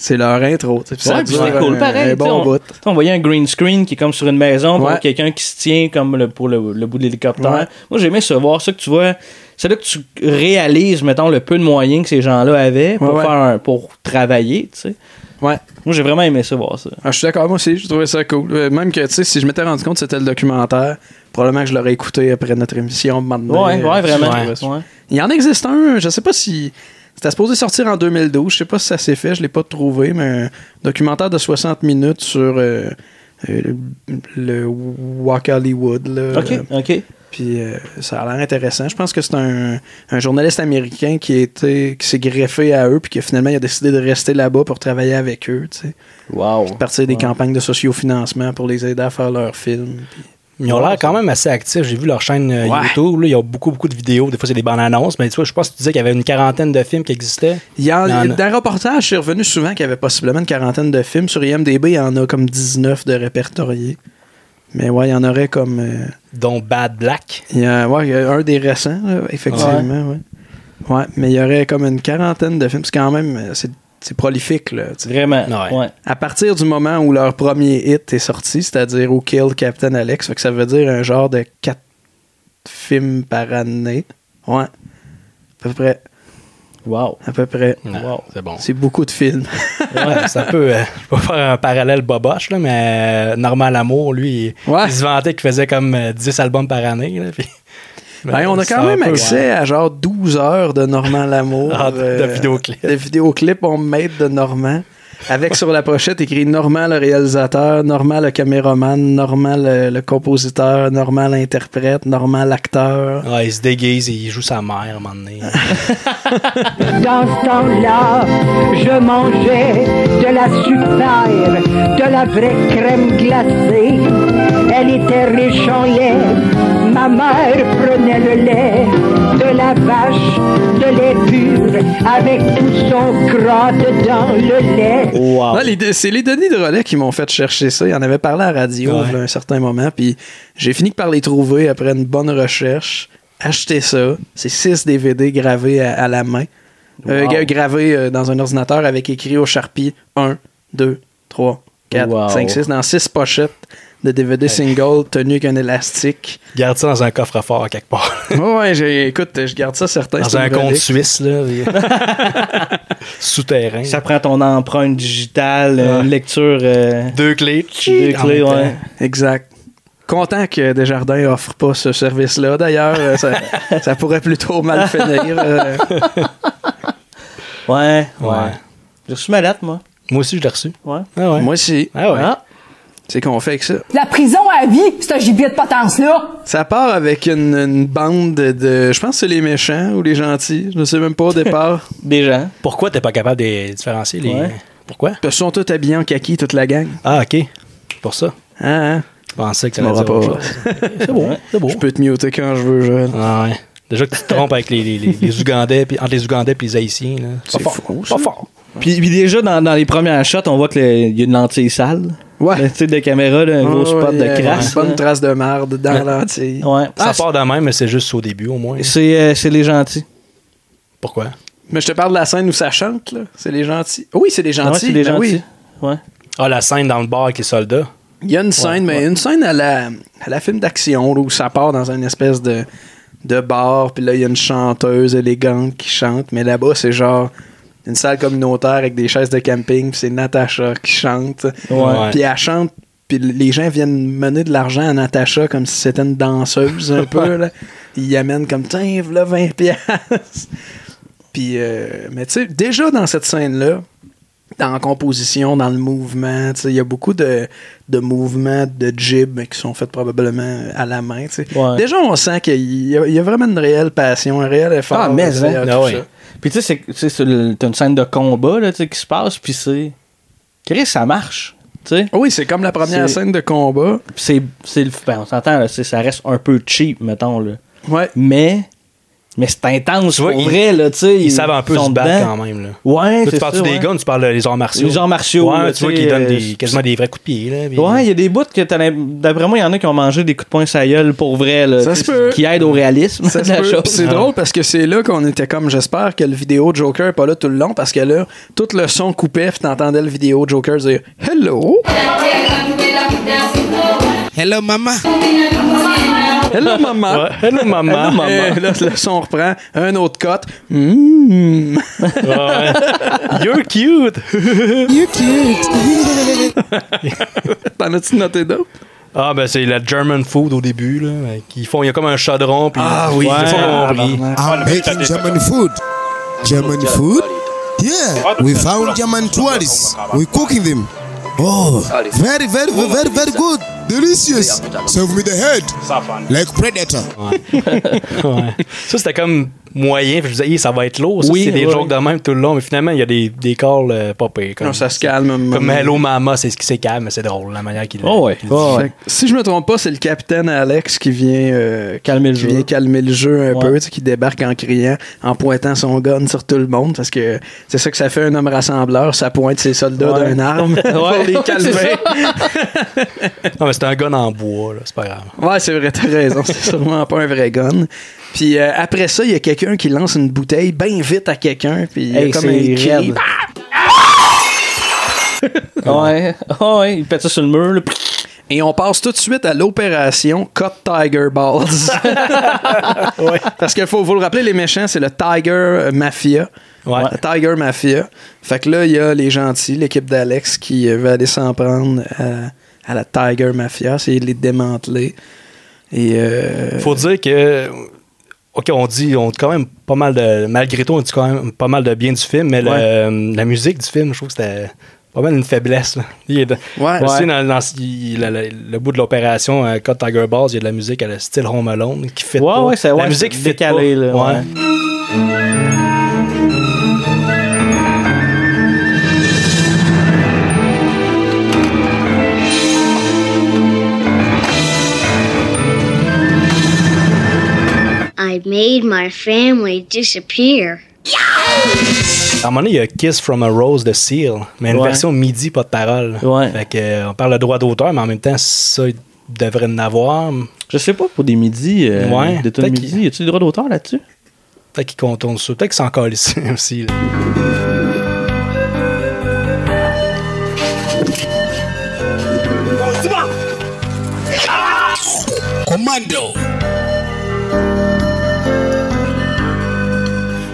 C'est leur intro. tu sais, puis ça
Ouais, puis
dure
c'était
euh,
cool.
un-
Pareil,
un
tu sais,
bon
on,
bout.
tu sais, on voyait un green screen qui est comme sur une maison, pour
Ouais.
quelqu'un qui se tient comme le, pour le, le bout de l'hélicoptère.
Ouais.
Moi, j'aimais ça, voir ça que tu vois. C'est là que tu réalises, mettons, le peu de moyens que ces gens-là avaient pour,
Ouais, ouais.
Faire un- pour travailler, tu sais.
Ouais.
Moi, j'ai vraiment aimé ça, voir ça.
Ah, je suis d'accord, moi aussi, je trouvais ça cool. Euh, Même que, tu sais, si je m'étais rendu compte que c'était le documentaire, probablement que je l'aurais écouté après notre émission. maintenant.
Ouais, ouais, vraiment.
Je trouvais ça.
Ouais.
Il y en existe un, je sais pas si. C'était supposé sortir en 2012, je sais pas si ça s'est fait, je l'ai pas trouvé, mais un documentaire de 60 minutes sur euh, euh, le Walk Hollywood. là.
Ok, ok.
Puis euh, ça a l'air intéressant. Je pense que c'est un, un journaliste américain qui, a été- qui s'est greffé à eux, puis que finalement il a décidé de rester là-bas pour travailler avec eux. tu sais.
Wow.
Puis de partir des campagnes de sociofinancement pour les aider à faire leurs films. puis-
Ils ont l'air quand même assez actifs. J'ai vu leur chaîne euh,
Ouais.
YouTube. Là, ils ont beaucoup, beaucoup de vidéos. Des fois, c'est des bandes annonces. Mais tu vois, je pense que tu disais qu'il y avait une quarantaine de films qui existaient.
Il y en-
Il y en a-
Dans le reportage, c'est revenu souvent qu'il y avait possiblement une quarantaine de films. Sur IMDB, il y en a comme 19 de répertoriés. Mais ouais, il y en aurait comme. euh,
Dont Bad Black.
il y a, ouais, il y a un des récents, là, effectivement. Ouais. Ouais, mais il y aurait comme une quarantaine de films. C'est quand même. euh, C'est, c'est prolifique, là. tu sais.
Vraiment. ouais.
À partir du moment où leur premier hit est sorti, c'est-à-dire au Kill Captain Alex, fait que ça veut dire un genre de 4 films par année. Ouais. À peu près.
Wow.
À peu près.
C'est bon.
C'est beaucoup de films.
Ouais, ça peut. euh, je vais faire un parallèle boboche, là, mais euh, Normal Amour, lui, il, il se vantait qu'il faisait comme euh, 10 albums par année. là, puis-
Ben, on a
Ça
quand même
un peu,
accès à genre 12 heures de Normand Lamour. euh,
Ah, de- de vidéoclips.
De vidéoclips on made de Normand. Avec sur la pochette écrit Normand le réalisateur, Normand le caméraman, Normand le, le compositeur, Normand l'interprète, Normand l'acteur.
Ouais, il se déguise et il joue sa mère à un moment donné.
Dans ce temps-là, je mangeais de la super, de la vraie crème glacée. Elle était riche en lait. Ma mère prenait le lait de la vache, de lait pur, avec tout son gras dedans le lait.
Ah
Non, les deux- c'est les Denis de Relais qui m'ont fait chercher ça. Ils en avaient parlé à la radio
Ouais.
là, à un certain moment. Puis j'ai fini par les trouver après une bonne recherche. Acheter ça. C'est 6 DVD gravés à, à la main. Euh,
Wow.
gra- gravés euh, dans un ordinateur avec écrit au Sharpie 1, 2, 3, 4,
Wow.
5, 6 dans 6 pochettes de DVD single tenues avec un élastique.
Garde ça dans un coffre-fort quelque part.
Ouais, ouais, j'ai- écoute, je garde ça certain.
Dans
c'est une
un compte
relique.
suisse, là. puis- Souterrain.
Ça prend ton empreinte digitale, euh, une lecture. euh,
Deux clés.
Deux
En
clés,
même
hein.
temps.
ouais.
Exact. Content que Desjardins offre pas ce service-là. D'ailleurs, euh, ça, ça pourrait plutôt mal finir. euh.
Ouais, ouais.
Ouais.
J'ai reçu ma lettre, moi.
Moi aussi, je l'ai reçu. Ah
Ouais.
Moi Ah. aussi.
Ah
ouais.
C'est qu'on fait avec ça.
La prison à vie, ce gibier de potence-là.
Ça part avec une, une bande de. Je pense que c'est les méchants ou les gentils. Je ne sais même pas au départ.
Des gens.
Pourquoi t'es pas capable de les différencier les...
Ouais.
Pourquoi?
Ils sont tous habillés en kaki, toute la gang.
Ah, ok. Pour ça.
Hein, hein?
Je pensais que
Tu
ça allait
m'auras
dire
pas.
autre chose. C'est bon, c'est bon.
Je peux te muter quand je veux, Joël.
Ah ouais. Déjà que tu te trompes avec les, les, les, les Ougandais, puis entre les Ougandais et les Haïtiens. là. C'est pas fort. pas fort.
Puis, puis déjà, dans, dans les premières shots, on voit qu'il y a une lentille sale.
Ouais.
Tu sais, de caméra, là, un gros spot de crasse.
Une bonne
là.
trace de marde dans l'antille.
Ouais.
Ça
Ah,
part de même, mais c'est juste au début au moins.
c'est euh, c'est les gentils.
Pourquoi?
Mais je te parle de la scène où ça chante, là. C'est les gentils. Oui, c'est les gentils.
Ah Ouais, c'est les
ben
gentils.
oui.
Ouais.
Ah, la scène dans le bar avec les soldats.
Il y a une scène, mais une scène à la, à la film d'action là, où ça part dans une espèce de, de bar, puis là, il y a une chanteuse élégante qui chante, mais là-bas, c'est genre une salle communautaire avec des chaises de camping, puis c'est Natacha qui chante.
Ouais.
Puis elle chante, puis les gens viennent mener de l'argent à Natacha comme si c'était une danseuse, un peu. Là. Ils y amènent comme, tiens, voilà 20 piastres. Puis, euh, mais tu sais, déjà dans cette scène-là, dans la composition, dans le mouvement. tu sais, Il y a beaucoup de, de mouvements de jib qui sont faits probablement à la main. tu sais.
Ouais.
Déjà, on sent qu'il y, a- il y a vraiment une réelle passion, un réel effort.
Ah, mais,
derrière
hein.
tout
Ah ouais.
ça.
Puis tu sais, c'est- tu sais, c'est le- t'as une scène de combat là, tu sais, qui se passe, puis c'est. Chris, ça marche. tu sais.
Oui, c'est comme la première
C'est-
scène de combat.
Puis c'est. c'est le- ben, on s'entend, là, c'est- ça reste un peu cheap, mettons. Là.
Ouais.
Mais. Mais c'est intense,
Tu vois,
pour
ils-
vrai, là, tu sais.
Ils, savent un peu
sont
se battre
dedans.
quand même. Là.
Ouais,
Toi,
c'est
tu parles
ça,
des
ouais.
guns, tu parles des arts martiaux.
Les arts martiaux,
Ouais,
là,
tu vois
tu sais,
qu'ils donnent
euh,
des, quasiment des vrais coups de pied. Là, puis-
Ouais, il y a des bouts que t'as l'im- d'après moi, il y en a qui ont mangé des coups de poing sa gueule pour vrai, là,
Ça
tu sais,
se peut.
qui aident au réalisme.
Ça
de
se
la
peut.
chose.
Puis C'est drôle parce que c'est là qu'on était comme j'espère que le vidéo de Joker est pas là tout le long parce que là, tout le son coupait puis t'entendais le vidéo de Joker dire Hello!
Hello, maman.
Hello, maman!
Ouais, hello, maman.
Et là, le son reprend un autre Hmm. cote.
Ouais. Ah, ben, You're cute!
You're cute! T'en as-tu noté d'autres?
Ah, ben c'est la German food au début. Là, mais qu'ils font, il y a comme un chaudron. Puis
Ah oui,
ils font
ah,
compris.
ben,
I'm
Ah,
making German food. German food? Yeah, we found German tourists. We're cooking them.
Oh, very, very, very, very good. Delicious. Serve me the head.
Sans fun.
Like predator.
Ouais. Ça, c'était comme moyen. Puis Je disais, Hey, ça va être lourd. Ça,
Oui,
c'est des
oui.
jokes de même tout le long. Mais finalement, il y a des, des calls euh, pas pires. Comme,
Non, ça se calme.
Comme Hello Mama, c'est ce qui s'est calme, mais c'est drôle la manière qu'il oh, ouais.
Fait que, si je me trompe pas, c'est le capitaine Alex qui vient euh, calmer le jeu, vient calmer le jeu un peu, tu sais, qui débarque en criant, en pointant son gun sur tout le monde, parce que c'est ça que ça fait un homme rassembleur, ça pointe ses soldats
Ouais.
d'un arme pour
Ouais,
les
c'est
calmer.
Non, mais c'est un gun en bois, là, c'est pas grave.
Ouais, c'est vrai, t'as raison. C'est sûrement pas un vrai gun. Puis euh, après ça, il y a quelqu'un qui lance une bouteille bien vite à quelqu'un. Puis il y a
Hey,
comme
c'est
un cri. Ah!
raide.
ouais.
Oh,
ouais, il pète ça sur le mur. Et on passe tout de suite à l'opération Cut Tiger Balls. Parce qu'il faut vous le rappeler, les méchants, c'est le Tiger Mafia. Le Tiger Mafia. Fait que là, il y a les gentils, l'équipe d'Alex qui euh, veut aller s'en prendre euh, à, à la Tiger Mafia, essayer de les démanteler. Et euh,
Faut dire que. Ok, on dit, on dit quand même pas mal de. Malgré tout, on dit quand même pas mal de bien du film, mais le- euh, la musique du film, je trouve que c'était pas mal une faiblesse. là. Il est de-
Ouais.
Tu sais,
Ouais.
dans- dans- il- le, le- le bout de l'opération euh, Cut Tiger Balls, il y a de la musique à le style Home Alone qui fait. pas.
ouais, c'est-
La
ouais,
musique
c'est
fit
décalé,
pas.
là,
Ouais.
ouais.
I made my family disappear.
À un moment donné, il y a Kiss from a Rose de Seal, mais une
Ouais.
version midi, pas de parole. Fait que, euh, on parle de droit d'auteur, mais en même temps, ça, il devrait en avoir.
Je sais pas, pour des midis, euh,
ouais.
des tunes
Peut-être
midi, y a-tu des droits d'auteur là-dessus?
Peut-être qu'ils contournent ça. Peut-être qu'ils s'en collent ici aussi. là.
Commando.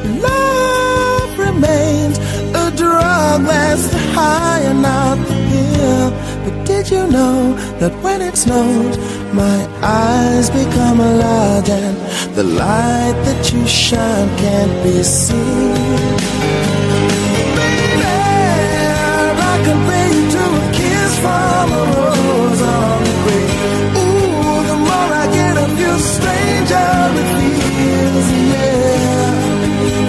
Love remains a drug that's high and not the pill. But did you know that when it snows, my eyes become large and the light that you shine can't be seen? Baby, I can bring you to a kiss from a rose on the grave. Ooh, the more I get of you, stranger it feels, yeah.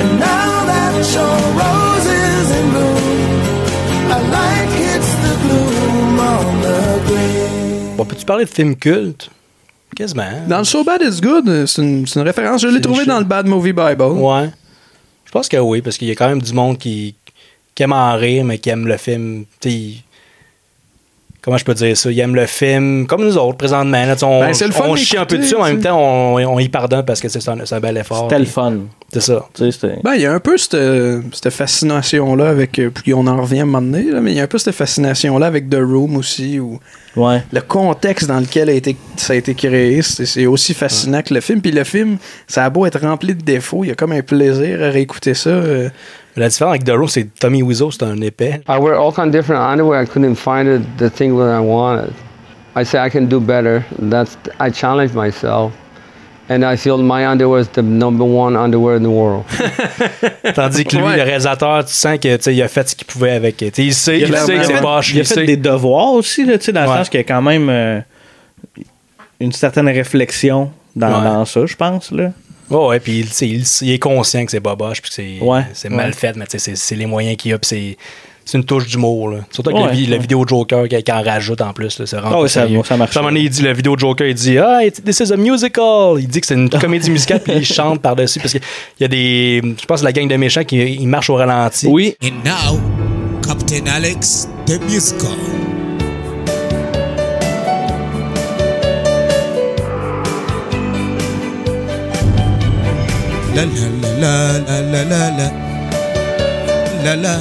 And now that your rose is in bloom, a light hits the gloom on the grave.
Bon, peux-tu parler de film culte? Quasiment. hein?
Dans le So Bad It's Good, euh, c'est une, c'est une référence. Je l'ai trouvé dans le Bad Movie Bible.
Ouais. Je pense que oui, parce qu'il y a quand même du monde qui, qui aime en rire, mais qui aime le film. Tu sais, il- Comment je peux dire ça? Ils aiment le film comme nous autres, présentement. là. Tu sais, on
Ben, c'est le fun
on chie un peu
d'écouter,
dessus, mais en
tu sais.
même temps, on, on y pardonne parce que c'est un, c'est un bel effort.
C'était le
puis
fun.
C'est ça.
Ben, il y a un peu cette, euh, cette fascination-là avec. euh, Puis on en revient à un moment donné, là, mais il y a un peu cette fascination-là avec The Room aussi, où le contexte dans lequel a été, ça a été créé, c'est c'est aussi fascinant que le film. Puis le film, ça a beau être rempli de défauts, il y a comme un plaisir à réécouter ça. euh.
La différence avec The Room, c'est Tommy Wiseau, c'est un épais.
I wear all kind of different underwear. I couldn't find it, the thing that I wanted. I say I can do better. That's I challenge myself, and I feel my underwear is the number one underwear in the world.
Tandis que lui, le réalisateur, tu sens que tu sais, il a fait ce qu'il pouvait avec. tu sais, Il sait, il sait que c'est pas
Il a fait des devoirs aussi, là, tu sais, dans le sens qu'il y a quand même euh, une certaine réflexion dans,
Ouais.
dans ça, je pense. Là.
Ouais, ouais, puis il, tu sais, il, il est conscient que c'est boboche, puis que c'est
Ouais,
c'est
ouais.
mal fait, mais tu sais, c'est c'est les moyens qu'il a, puis c'est- c'est une touche d'humour. là. Surtout avec
Ouais,
le, vi- le
ouais.
vidéo Joker qui, qui en rajoute en plus. là, C'est vraiment
Ah ouais,
plus
ça-
sérieux.
ça marche.
À un moment donné, il dit, le vidéo Joker, il dit Ah, it- this is a musical. Il dit que c'est une comédie musicale, puis il chante par-dessus, parce qu'il y a des. Je pense que la gang de méchants qui ils marchent au ralenti.
Oui.
And now, Captain Alex, the musical. La la la la la la la la la la.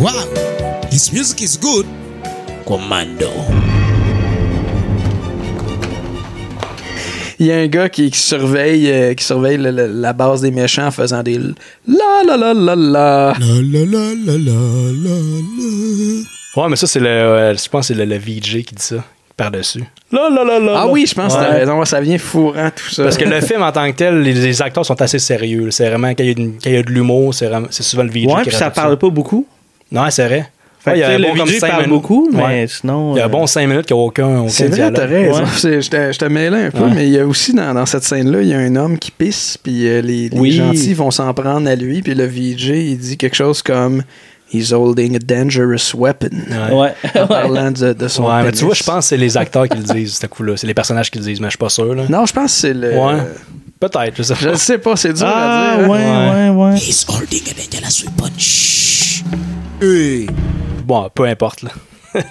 Wow, this music is good. Commando.
Il y a un gars qui, qui surveille, euh, qui surveille le- le- la base des méchants en faisant des la la la la la.
La la la la la la.
Ouais, mais ça, c'est le. euh, je pense que c'est le, le VJ qui dit ça. Il par-dessus.
Là, là, là, là.
Ah
là.
oui, je pense que t'as
Ouais.
raison. Ça vient fourrant, tout ça.
Parce que le film en tant que tel, les, les acteurs sont assez sérieux. là. C'est vraiment, quand il y a, une- quand il y a de l'humour, c'est vraiment- c'est souvent le VJ
Ouais,
qui
puis ça
rajoute
parle pas beaucoup.
Non, c'est vrai.
Fait
Ouais,
que,
il y a
tu sais,
un
le
bon comme
VJ
cinq
parle
minutes.
beaucoup, mais
Ouais.
sinon,
Il y a
euh,
un bon 5 minutes qu'il n'y a aucun, aucun
C'est vrai,
dialogue.
t'as raison.
Ouais.
C'est- Je te- je te mêlais un peu,
Ouais.
mais il y a aussi dans, dans cette scène-là, il y a un homme qui pisse, puis euh, les, les
Oui.
gentils vont s'en prendre à lui, puis le VJ, il dit quelque chose comme He's holding a dangerous weapon.
Ah.
Ouais.
En parlant de, de son.
Ouais, mais
pénis.
tu vois, je pense que c'est les acteurs qui le disent, ce coup-là. C'est les personnages qui le disent, mais je suis pas sûr. Là.
Non, je pense que c'est le.
Ouais. Peut-être, je sais pas.
Je sais pas, c'est dur
Ah,
à dire. hein.
ouais, ouais, ouais.
He's holding a dangerous weapon. Shh.
Bon, peu importe. Là.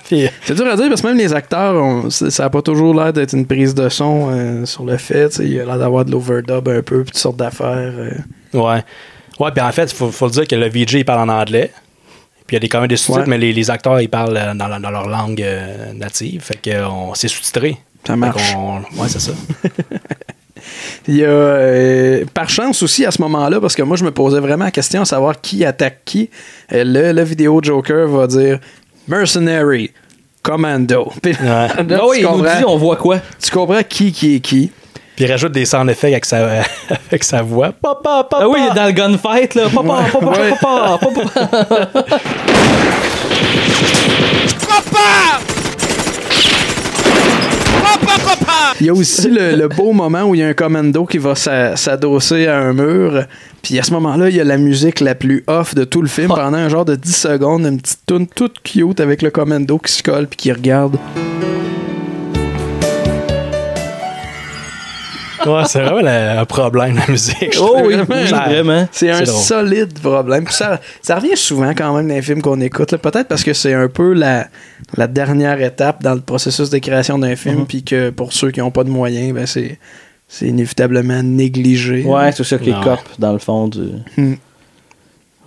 Puis,
C'est dur à dire parce que même les acteurs, on- c'est- ça n'a pas toujours l'air d'être une prise de son euh, sur le fait. tu sais, Il a l'air d'avoir de l'overdub un peu, puis toutes sortes d'affaires. euh.
ouais. Ouais, puis en fait, il faut, faut le dire que le VJ, il parle en anglais. Puis il y a des, quand même des sous-titres,
Ouais.
mais les, les acteurs, ils parlent euh, dans, la- dans leur langue euh, native. Fait que euh, on- c'est sous-titré.
Ça
Fait
marche.
qu'on- Ouais, c'est ça.
Il y a, euh, par chance aussi à ce moment-là, parce que moi je me posais vraiment la question à savoir qui attaque qui. Euh, le, le vidéo Joker va dire Mercenary, Commando. Puis là, tu
Ah oui, il nous
comprends-
dit, on voit quoi?
Tu comprends qui qui est qui.
Puis il rajoute des sound effects avec sa, avec sa voix. Papa, papa.
Ah oui, dans le gunfight, là. Papa, papa,
Ouais.
papa, papa, papa.
Papa! Papa, papa!
Il y a aussi le, le beau moment où il y a un commando qui va s'a- s'adosser à un mur. Puis à ce moment-là, il y a la musique la plus off de tout le film. Pendant un genre de 10 secondes, une petite tune toute cute avec le commando qui se colle puis qui regarde.
Ouais, c'est vraiment le- un problème, la musique.
Oh oui,
Vraiment,
oui,
ça-
vraiment.
C'est un
C'est drôle.
solide problème. Puis ça, ça revient souvent quand même dans les films qu'on écoute. là. Peut-être parce que c'est un peu la, la dernière étape dans le processus de création d'un film,
Mm-hmm.
puis que pour ceux qui n'ont pas de moyens, ben c'est c'est inévitablement négligé.
Ouais, c'est ça que les
Non.
cops, dans le fond, du.
Hmm.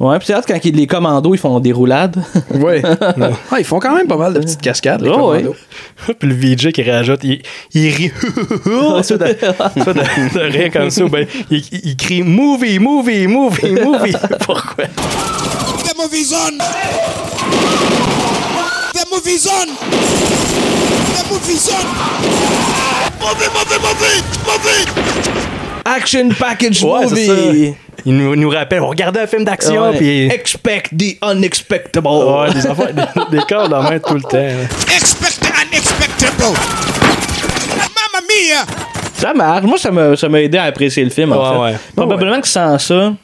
Ouais, puis c'est hâte quand ils- les commandos, ils font des roulades.
Ouais. Ah, ils font quand même pas mal de petites cascades, les
Oh,
commandos.
ouais.
Puis le VJ qui rajoute, il, il rit. soit de, soit de- de rire comme ça, ou ben, il, il- il crie movie, movie, movie, movie. Pourquoi?
The movie's on! The movie's on! The movie's on! Movie, movie, movie! Movie!
Action package
Ouais, c'est ça.
movie!
Il nous, nous rappelle, on regardait un film d'action,
Ouais.
puis.
Expect the unexpectable!
Ouais, des enfants, des, des cordes en main tout le temps. là.
Expect the unexpectable! Mamma mia!
Ça marche. Moi, ça m'a, ça m'a aidé à apprécier le film. en
Ouais,
fait.
ouais.
Probablement que sans ça,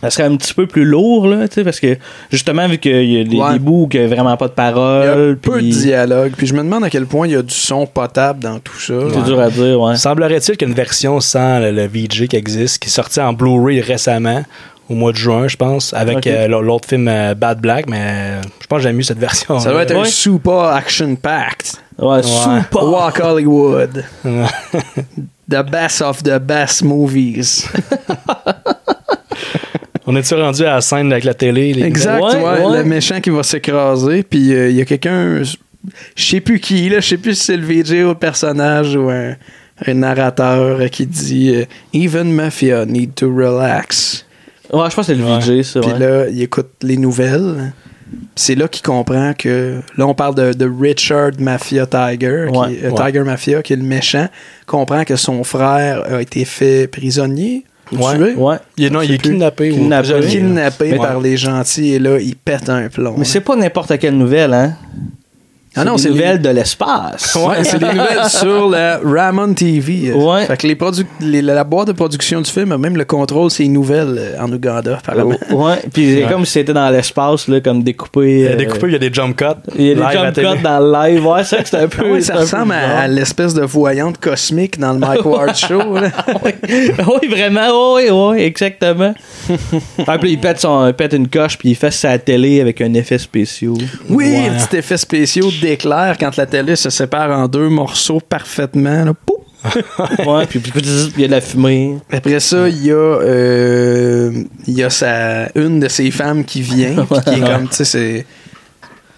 ça serait un petit peu plus lourd, là, tu sais, parce que justement, vu qu'il y a des,
Ouais.
des bouts qu'il n'y a vraiment pas de
Il y a
parole,
peu de
Euh, puis
dialogue. Puis je me demande à quel point il y a du son potable dans tout ça.
c'est dur à dire, ouais.
Semblerait-il qu'une version sans le, le VJ qui existe, qui est sortie en Blu-ray récemment, au mois de juin, je pense, avec
Ok.
euh, l'autre film euh, Bad Black, mais euh, je pense que j'aime mieux cette version.
Ça doit être un
Ouais.
super action packed.
Ouais, super.
Walk Hollywood. The best of the best movies.
On est-tu rendu à la scène avec la télé? les-
Exact,
Ben Ouais,
ouais,
ouais.
le méchant qui va s'écraser, puis euh, il y a quelqu'un, je je sais plus qui, là, je sais plus si c'est le VJ ou le personnage ou un, un narrateur euh, qui dit euh, Even Mafia need to relax.
Ouais, je pense que c'est le VJ, ça.
Puis
ouais.
là, il écoute les nouvelles. Puis C'est là qu'il comprend que. Là, on parle de, de Richard Mafia Tiger, qui-
Ouais,
euh,
ouais.
Tiger Mafia, qui est le méchant, comprend que son frère a été fait prisonnier. ou
Ouais,
tué,
Ouais.
Il est, non, il est
plus.
kidnappé. ou
Kidnappé.
prisonnier.
Kidnappé
Ouais.
par les gentils, et là, il pète un plomb.
Mais c'est pas n'importe quelle nouvelle, hein.
Ah non,
des
c'est les-
nouvelles de l'espace.
Ouais, c'est des nouvelles sur la Ramon TV.
Ouais.
Fait que les produ- les- la boîte de production du film a même le contrôle c'est nouvelles euh, en Ouganda, apparemment.
Ouais, puis c'est
Ouais.
comme si c'était dans l'espace, là, comme découpé.
Il y a
euh,
des coupures, il y a des jump cuts.
Il y a des
live à
jump
télé.
cuts dans le live. Ouais, c'est vrai que c'est un peu.
Ah ouais, ça
c'est un peu
ressemble à, à
bizarre.
l'espèce de voyante cosmique dans le Mike Ward Show. là.
oui, vraiment, oui, oui, exactement. ah, puis il pète, son, il pète une coche, puis il fait sa télé avec un effet spécial.
Oui,
Ouais.
le petit effet spécial d'éclair quand la télé se sépare en deux morceaux parfaitement. là. Pouf!
ouais, puis puis- puis il y a de la fumée.
Après ça, il y a, euh, il y a sa, une de ses femmes qui vient, puis qui est comme, tu sais, c'est.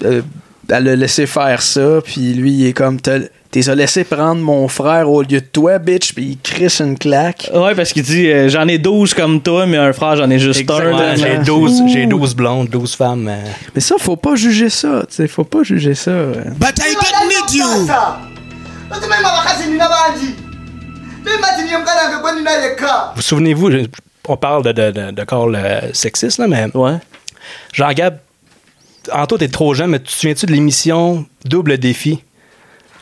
euh, elle a laissé faire ça, puis lui, il est comme, t'as t'es a laissé prendre mon frère au lieu de toi, bitch, puis il crisse une claque.
Ouais, parce qu'il dit euh, J'en ai 12 comme toi, mais un frère, j'en ai juste
Exactement.
un.
Ouais, J'ai 12, j'ai 12 blondes, 12 femmes. euh.
Mais ça, faut pas juger ça, tu sais, faut pas juger ça. euh.
But I don't need you!
Notumai mavakati nina bangi. Toimati niye mukana angekuwa nina yekka.
Vous souvenez-vous, je- on parle de, de, de, de corps euh, sexiste, là, mais. Jean-Gab, Anto, t'es trop jeune, mais tu te souviens-tu de l'émission Double Défi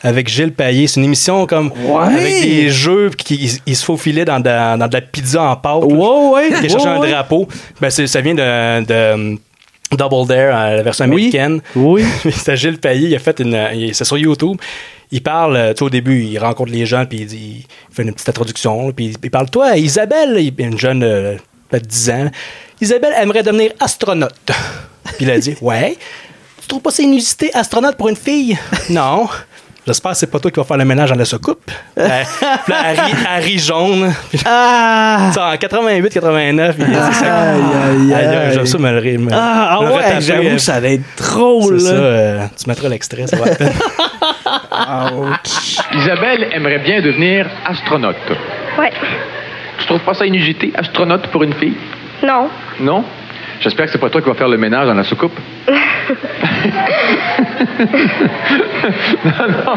avec Gilles Payet? C'est une émission comme.
Ouais.
Avec des jeux qui ils, ils se faufilaient dans, de- dans de la pizza en pâte. Ouais,
ouais.
Ils cherchaient
ouais,
un
ouais.
drapeau. Ben, c'est- ça vient de. de, euh, Double Dare, euh, la version américaine.
Oui.
c'est Gilles Payet, il a fait une. il- C'est sur YouTube. Il parle, euh, tu sais, au début, il rencontre les gens, puis il, dit- il fait une petite introduction, puis il- il parle Toi, Isabelle, il- une jeune, euh, peut-être 10 ans, Isabelle aimerait devenir astronaute. Puis il a dit Ouais. Tu trouves pas c'est inusité, astronaute pour une fille Non. J'espère que c'est pas toi qui vas faire le ménage dans la soucoupe. Euh, puis là, Harry, Harry jaune.
Ah!
en 88-89, il a dit ça.
Aïe, aïe,
Aïe,
aïe.
J'aime ça me le rire. me-
Ah, ah
me le
ouais,
retaper,
j'avoue
euh,
que ça va être drôle,
C'est
là.
ça, euh, tu mettras l'extrait, ça va la peine.
Isabelle aimerait bien devenir astronaute.
Ouais.
Tu trouves pas ça inusité, astronaute pour une fille?
Non.
Non? J'espère que c'est pas toi qui vas faire le ménage dans la soucoupe. non, non.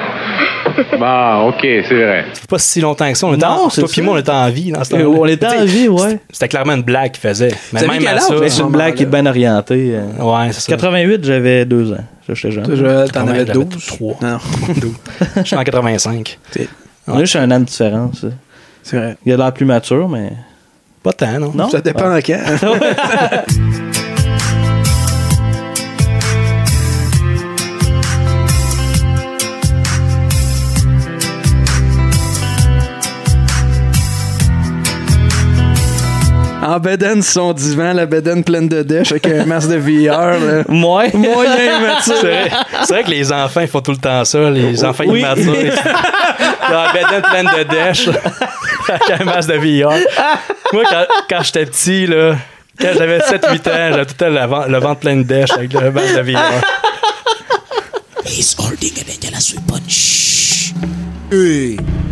Bon, OK, Ah, c'est vrai.
fait pas si longtemps que ça. On était en, toi puis moi, on était en vie dans ce
Euh,
temps-là.
on était
T'sais,
en vie, ouais.
c'était- C'était clairement une blague qu'il faisait. Mais
T'as vu
même
quel
à
âge,
ça,
mais c'est une blague qui est bien orientée. euh.
Ouais, c'est ça.
88, j'avais 2 ans. Ça, J'étais jeune.
Je- T'en avais 12.
3.
Non.
Je suis en 85.
Moi, je suis un an de différence.
C'est vrai.
Il a l'air plus mature, mais.
Pas tant, non?
Non?
Ça dépend
Ah.
en quand. En bedaine sur son divan, la bedaine pleine de dèche avec un masque de VR. là.
Moi?
Moyen, mais
C'est vrai, c'est vrai que les enfants, ils font tout le temps ça. Les enfants,
Oui.
ils Ah, marchent ça. Ils ont la bedaine pleine ben, de dèche. avec un masque de VR. Moi, quand, quand j'étais petit, là, quand j'avais 7-8 ans, j'avais tout le temps le vent- le ventre plein de dèche avec le masque de VR.
He's holding a vanilla sweet punch.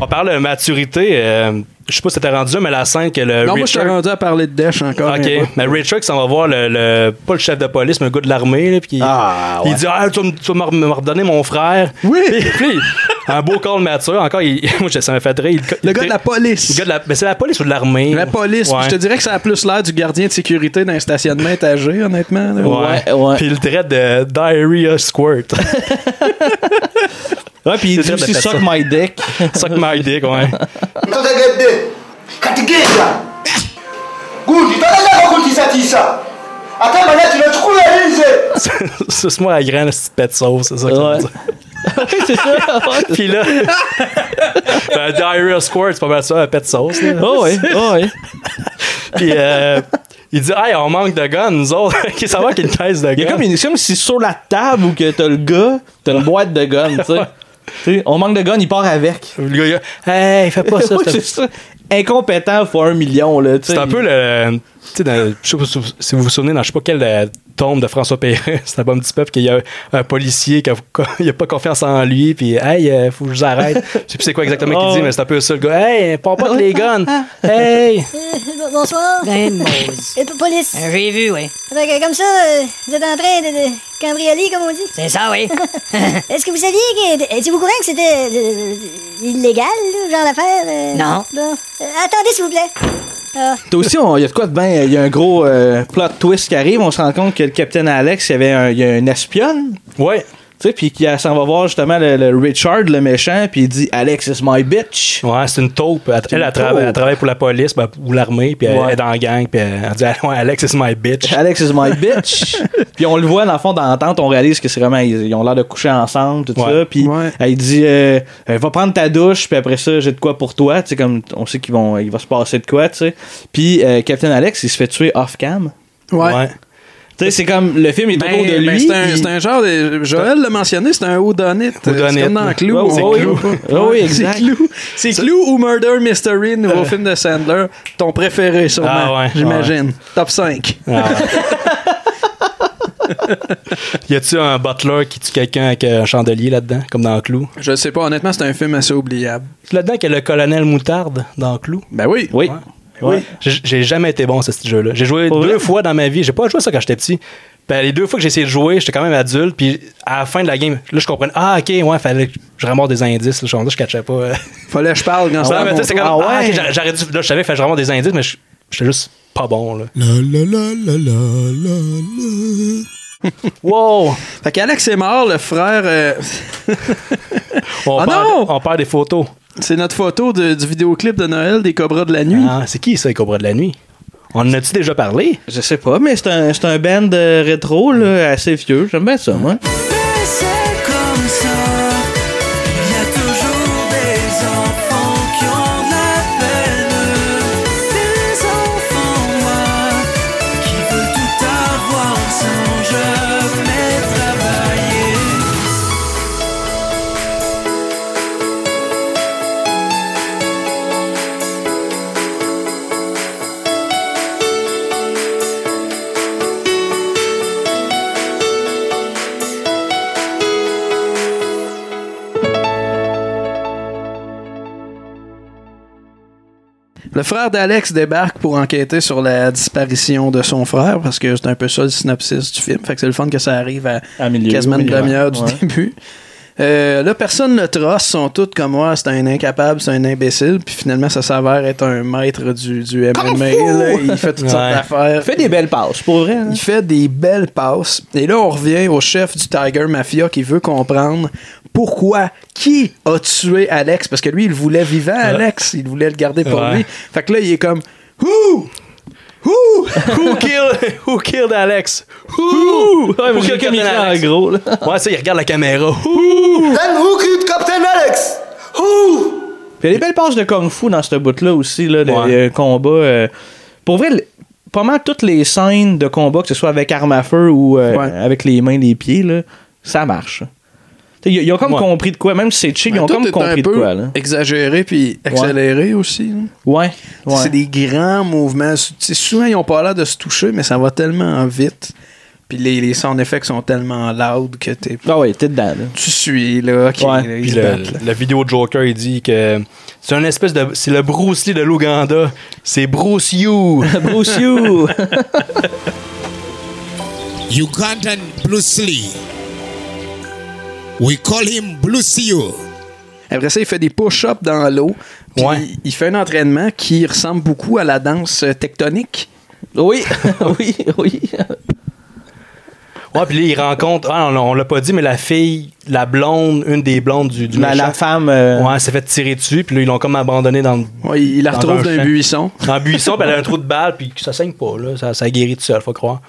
On parle de maturité. euh, je sais pas si t'es rendu, là, mais la scène que le.
Non, moi, je suis
Richard-
rendu à parler de dèche encore. mais
Ok,
pas.
mais Richard, on va voir le, le- pas le chef de police, mais le gars de l'armée, là, puis il, il
ouais.
dit Ah, tu vas me- tu vas me me redonner mon frère. Oui! un beau corps de mature, encore, il, moi, ça m'a fait rire. Il-
Le gars de la police.
Le gars de la. Mais c'est la police ou de l'armée?
La police,
Ouais.
puis je te dirais que ça a plus l'air du gardien de sécurité d'un stationnement étagé, honnêtement. là.
Ouais, Puis il traite de Diarrhea Squirt. ouais, puis il
dit aussi, Suck my dick.
Suck my dick, ouais.
Totegedde. Kati genda. Gundi takatanga kuntiisatiisa. Ate manya kino kikubeerize.
Suce-moi la grande petite pet sauce, c'est ça qu'on dit.
c'est ça.
Puis là, un diarrhea squirt, c'est pas mal ça, un pet sauce. là.
Oh ouais, oh ouais.
Puis euh, il dit, hey, on manque de guns, nous autres. Qui savoir qu'il y a une caisse de
Il y a
guns.
comme une- C'est comme si sur la table ou que t'as le gars, t'as une boîte de gun, tu sais. Tu sais. On manque de gun, il part avec.
Le gars, il a,
Eh,
hey, fais pas ça,
Ouais,
Ah, c'est-
c'est ça. Incompétent fois un million, là, tu sais.
C'est un peu le. Tu sais, dans- je sais pas si vous- si vous vous souvenez, dans je sais pas quelle euh, tombe de François Perrin, c'est un bon petit peuple, qu'il y a un, un policier qui a, il a pas confiance en lui, puis hey, euh, faut que je vous arrête. je sais plus c'est quoi exactement qu'il dit, mais c'est un peu ça, le gars, hey, pars pas avec les guns, hey!
Bonsoir.
Ben
Et p- police.
Euh, J'ai vu, oui.
Fait que comme ça, euh, vous êtes en train de, de cambrioler, comme on dit.
C'est ça, oui.
Est-ce que vous saviez que. Étiez-vous au courant que c'était euh, illégal, là, genre d'affaire? euh?
Non.
Bon. Euh, attendez, s'il vous plaît. Ah.
T'as aussi, on- il y a de quoi de ben, il y a un gros euh, plot twist qui arrive. On se rend compte que le capitaine Alex, il y avait un, il y a un espion.
Ouais.
Tu sais, puis qui elle s'en va voir justement le, le Richard, le méchant, puis il dit Alex is my bitch.
Ouais, c'est une taupe. Elle, elle, elle travaille, elle travaille pour la police ben, ou l'armée, puis elle,
Ouais.
elle est dans la gang, puis elle, elle dit Ah, ouais, Alex is my bitch.
Alex is my bitch. puis on le voit dans le fond dans l'entente, on réalise que c'est vraiment ils, ils ont l'air de coucher ensemble tout
Ouais.
ça. Puis elle dit euh, Euh, va prendre ta douche puis après ça j'ai de quoi pour toi. Tu sais comme on sait qu'ils vont il va se passer de quoi tu sais. Puis euh, Captain Alex il se fait tuer off cam.
Ouais.
Tu sais c'est comme le film est
Ben,
autour de
ben,
lui.
c'est un,
il-
c'est un genre de. Joël l'a mentionné, c'est un whodunit. euh,
Whodunit.
C'est comme dans Clou.
Ouais,
on-
c'est
on-
Clou.
on-
Ouais, oui,
c'est
exact.
Clou. C'est Clou ou Murder Mystery, nouveau film de Sandler. Ton préféré, sûrement.
Euh. Ah ouais,
J'imagine. Top 5.
Y a-tu un butler qui tue quelqu'un avec un chandelier là-dedans, comme dans Clou
Je sais pas, honnêtement, c'est un film assez oubliable.
C'est Là-dedans qu'il y a le colonel Moutarde dans Clou
Ben oui.
Oui.
Ouais. J'ai- J'ai jamais été bon à ce petit jeu-là. J'ai joué deux fois dans ma vie. J'ai pas joué à ça quand j'étais petit. Ben, les deux fois que j'ai essayé de jouer, j'étais quand même adulte, puis à la fin de la game, là, je comprenais, ah, ok, ouais, fallait que je ramasse des indices, là, je suis je catchais pas. euh.
Fallait que je parle quand ça
Ouais, mais tu sais, c'est comme,
Ah ouais.
ah, ok, j'a- j'aurais dû, là, je savais, fallait que je ramasse des indices, mais je- j'étais juste pas bon, là.
wow! Fait qu'Alex est mort, le frère. euh,
On,
Ah
perd,
non!
on perd des photos.
C'est notre photo de- du vidéoclip de Noël des Cobras de la Nuit.
Ah, c'est qui ça, les Cobras de la Nuit? On en a-tu déjà parlé?
Je sais pas, mais c'est un, c'est un band euh, rétro, là, assez vieux. J'aime bien ça, moi.
C'est comme ça. Il y a toujours des enfants qui ont de la peine. Des enfants noirs qui veulent tout avoir sans jamais travailler.
Le frère d'Alex débarque pour enquêter sur la disparition de son frère, parce que c'est un peu ça le synopsis du film. Fait que c'est le fun que ça arrive à,
milieu,
quasiment une
milieu,
demi-heure du
Ah, ouais.
début. Euh, là, personne ne le trace, sont toutes comme moi, c'est un incapable, c'est un imbécile, puis finalement, ça s'avère être un maître du, du MMA. là. il fait toutes sortes
Ouais.
d'affaires. Il fait des belles passes, pour vrai. Il fait des belles passes. Et là, on revient au chef du Tiger Mafia qui veut comprendre pourquoi, qui a tué Alex, parce que lui, il le voulait vivant, Alex, il voulait le garder pour
Ah. Ouais.
lui. Fait que là, il est comme Who? Who?
Who killed, who killed Alex? Who? Ouais, mais
Pour
j'ai
quelqu'un
le
d'écrit en
Alex.
gros, là.
Ouais, ça, il regarde la caméra.
Then who killed Captain Alex? Who?
Puis il y a des belles passes de Kung Fu dans ce bout-là aussi, là, de de combat. euh, pour vrai, le- pas mal toutes les scènes de combat, que ce soit avec arme à feu ou euh,
Ouais.
avec les mains, les pieds, là, ça marche. Tu sais, Ils ils ont comme
Ouais.
compris de quoi, même si c'est cheap, ils ont
Tout
comme
est
compris
un
de
peu
quoi. Là.
Exagéré puis accéléré aussi. là.
Ouais. ouais.
C'est des grands mouvements. Tu sais, souvent, ils ont pas l'air de se toucher, mais ça va tellement vite. Puis les, les sound effects sont tellement loud que t'es.
Ah ouais, t'es dedans. Là.
Tu suis, là. ok, là, ils
Puis
se
le-
battent, là.
la vidéo de Joker, il dit que c'est un espèce de. C'est le Bruce Lee de l'Ouganda. C'est Bruce You.
Bruce You.
Ugandan Bruce Lee. We call him Bruce You.
Après ça, il fait des push-ups dans l'eau. Puis il- il fait un entraînement qui ressemble beaucoup à la danse euh, tectonique.
Oui, oui, oui.
Ouais, puis là, il rencontre. Ah, on, on l'a pas dit, mais la fille, la blonde, une des blondes du. du
La- la
méchant,
femme, euh,
Ouais, elle s'est fait tirer dessus, puis là, ils l'ont comme abandonné dans le.
Ouais, il la retrouve dans un
champ.
buisson.
Dans un buisson, puis elle a un trou de balle, puis ça saigne pas, là. Ça, ça guérit tout seul, faut croire.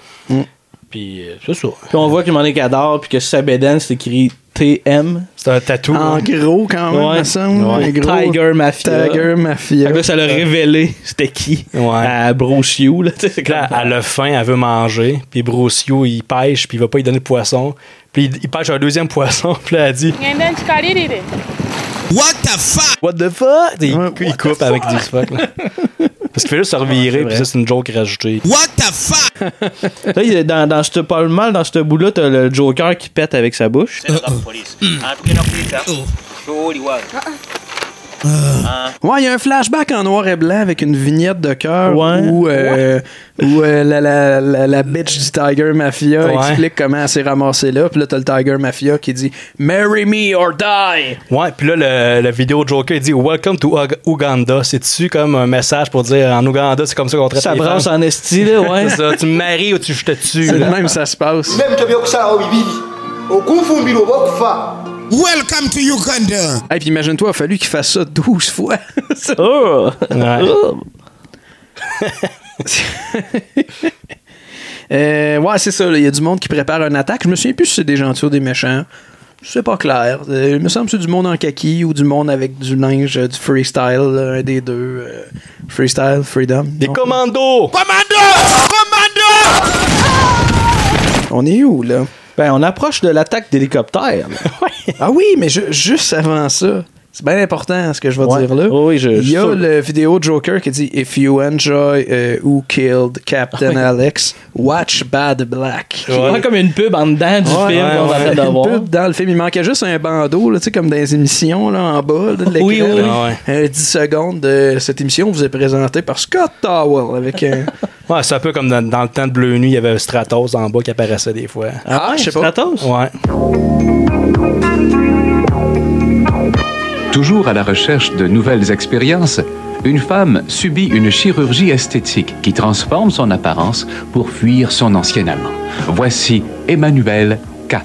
Puis euh, c'est ça.
Puis on voit qu'il m'en est cadavre, puis que sa bédaine, c'est écrit TM.
C'est un tatou.
En gros, quand même,
Ouais.
Ah me semble,
Ouais.
un gros
Tiger Mafia.
Tiger Mafia.
Fait que là, ça l'a révélé, c'était qui à Bruce You. Là, tu sais, c'est comme-
Là, elle a faim, elle veut manger. Puis Brossio, il pêche, puis il va pas lui donner de poisson. Puis il, il pêche un deuxième poisson, puis là, elle dit
What the fuck?
What the fuck? Il, il coupe avec des fuck. là. Parce qu'il fait juste se revirer, puis ça, c'est une joke rajoutée.
What the fuck?
Là, il est dans, dans ce pas le mal, dans ce bout-là, t'as le Joker qui pète avec sa bouche.
Ouais, il y a un flashback en noir et blanc avec une vignette de cœur
Ouais.
où, euh, où, euh, la, la, la, la bitch du Tiger Mafia
Ouais.
explique comment elle s'est ramassée là. Puis là, t'as le Tiger Mafia qui dit Marry me or die!
Ouais, puis là, le, la vidéo de Joker, il dit Welcome to Ug- Uganda. C'est-tu comme un message pour dire en Ouganda, c'est comme ça qu'on traite
Ça
les
brasse
femmes?
en esti, là, ouais.
C'est ça, tu me maries ou tu je te tue.
C'est
là.
le même, ça se passe.
Même byokusalawo bibiri okunfumbira oba okufa
Welcome to Uganda.
Et puis imagine-toi, il a fallu qu'il fasse ça 12 fois.
Oh! Oh!
Euh, ouais, c'est ça. là, Il y a du monde qui prépare une attaque. Je me souviens plus si c'est des gentils ou des méchants. C'est pas clair. Euh, il me semble que c'est du monde en kaki ou du monde avec du linge, euh, du freestyle, là, un des deux. euh, freestyle, freedom.
Des
non?
commandos!
On est où, là?
Ben, on approche de l'attaque d'hélicoptère.
ah oui, mais ju- juste avant ça, c'est bien important ce que je vais
Ouais.
dire là.
Oui, je- je
Il y a
suis sûr.
le vidéo de Joker qui dit If you enjoy euh, Who Killed Captain
Ouais.
Alex, watch Bad Black.
C'est vraiment comme une pub en dedans du
Ouais,
film
ouais,
qu'on
ouais.
va
Une
d'avoir.
pub dans le film. Il manquait juste un bandeau, là, tu sais, comme dans les émissions là, en bas là, de l'écran.
Oui, oui,
Ah,
là. Euh, 10 secondes de cette émission vous est présentée par Scott Towell avec un,
Ouais, c'est un peu comme dans, dans le temps de Bleu Nuit, il y avait Stratos en bas qui apparaissait des fois.
Ah ouais, Stratos?
Ouais.
Toujours à la recherche de nouvelles expériences, une femme subit une chirurgie esthétique qui transforme son apparence pour fuir son ancien amant. Voici Emmanuel 4.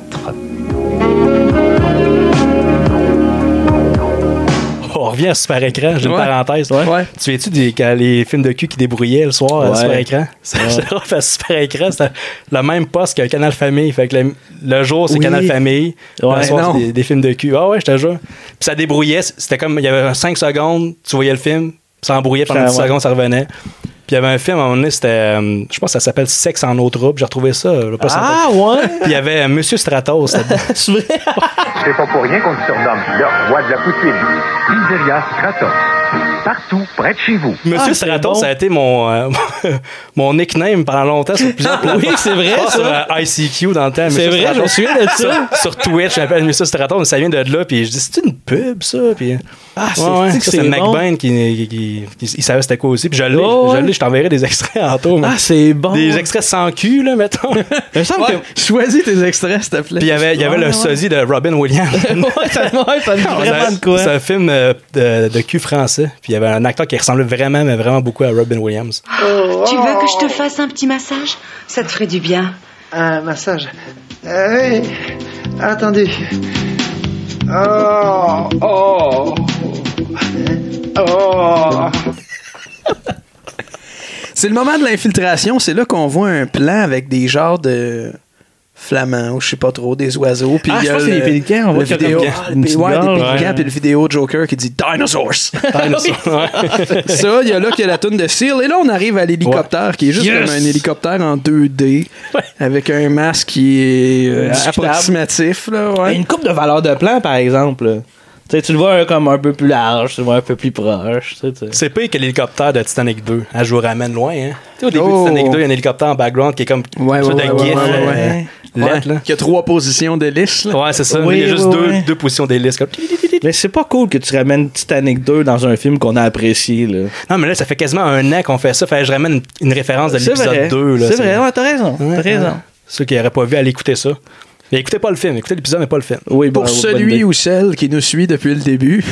On revient à super écran, j'ai une
Ouais.
parenthèse. Tu es-tu des, quand les films de cul qui débrouillaient le soir à
Ouais.
super écran?
Ouais.
C'est rough à super écran, c'était le même poste que Canal Famille. Fait que le, le jour, c'est
Oui.
Canal Famille.
Ouais,
le soir,
non.
c'est des, des films de cul. Ah ouais, je te jure. Puis ça débrouillait. C'était comme, il y avait 5 secondes, tu voyais le film, puis ça embrouillait pendant
Ça,
10
ouais.
secondes, ça revenait. Puis il y avait un film, à un moment donné, c'était, euh, je pense que ça s'appelle Sexe en eau trouble. J'ai retrouvé ça. là, pas
Ah,
longtemps.
ouais?
Puis il y avait euh, Monsieur Stratos. là-dedans.
C'est vrai?
C'est pas pour rien qu'on te surnomme le roi de la poutine. Pizzeria Stratos. Partout, près de chez vous.
Ah,
Monsieur Stratos, ça a été mon, euh, mon nickname pendant longtemps sur plusieurs
Ah oui,
plateformes.
c'est vrai,
Ah,
ça.
Sur euh, ICQ dans le temps.
C'est
Monsieur
vrai, je me
Stratos.
souviens de ça.
Sur, sur Twitch, j'appelle Monsieur Stratos, mais ça vient de là. Puis je dis, c'est une pub, ça. Puis,
Ah, c'est-
Ouais, ouais,
c'est que
ça, c'est
c'est bon.
McBain qui, qui, qui- qui- il savait c'était quoi aussi. Puis je l'ai,
Oh,
je
ouais.
l'ai, je t'enverrai des extraits en tout.
Ah, c'est bon.
Des extraits sans cul, là, mettons.
Ouais, Choisis tes extraits, s'il te plaît.
Puis il y avait, il y avait le sosie de Robin Williams.
ouais, ça, ouais, ça dit vraiment de quoi.
C'est un film euh, de, de cul français. Puis il y avait un acteur qui ressemblait vraiment, mais vraiment beaucoup à Robin Williams.
Tu veux que je te fasse un petit massage Ça te ferait du bien.
Un massage. Euh, oui. Attendez. Oh, oh. Oh.
C'est le moment de l'infiltration. C'est là qu'on voit un plan avec des genres de flamands ou je sais pas trop, des oiseaux. Puis
Ah,
il y
je
a
pense que c'est
le-
des pélicans, on
le
voit qu'il y a
vidéo.
comme
Ah,
une
puis-
petite
ouais, des
gorge,
pélicans.
ouais.
Puis le vidéo Joker qui dit Dinosaurs.
Dinosaurs.
Ça, il y a là qu'il y a la toune de Seal. Et là, on arrive à l'hélicoptère qui est juste
Yes!
comme un hélicoptère en 2D avec un masque qui est euh,
Discutable.
approximatif. Là, ouais.
Mais Une coupe de valeur de plan, par exemple. là. Tu sais, tu le vois euh, comme un peu plus large, tu le vois un peu plus proche. tu sais, tu-
C'est pire que l'hélicoptère de Titanic 2. Ah, je vous ramène loin. Hein. Tu sais, au début
Oh.
de Titanic 2, il y a un hélicoptère en background qui est comme une sorte
ouais,
de
ouais,
gif,
ouais, ouais,
euh,
ouais.
lettre,
Ouais.
là.
Qui a trois positions d'hélice. là.
Ouais, c'est ça.
Oui,
il y a juste
oui,
deux,
oui.
deux positions d'hélice. comme-
Mais c'est pas cool que tu ramènes Titanic 2 dans un film qu'on a apprécié. Là.
Non, mais là, ça fait quasiment un an qu'on fait ça. Fait que je ramène une- une référence de
C'est vrai.
l'épisode 2. là.
C'est vrai, ouais, t'as raison. t'as raison.
Ceux qui n'auraient pas vu, allez écouter ça. Mais écoutez pas le film. Écoutez l'épisode, mais pas le film.
Oui, bah,
Pour celui ou celle qui nous suit depuis le début.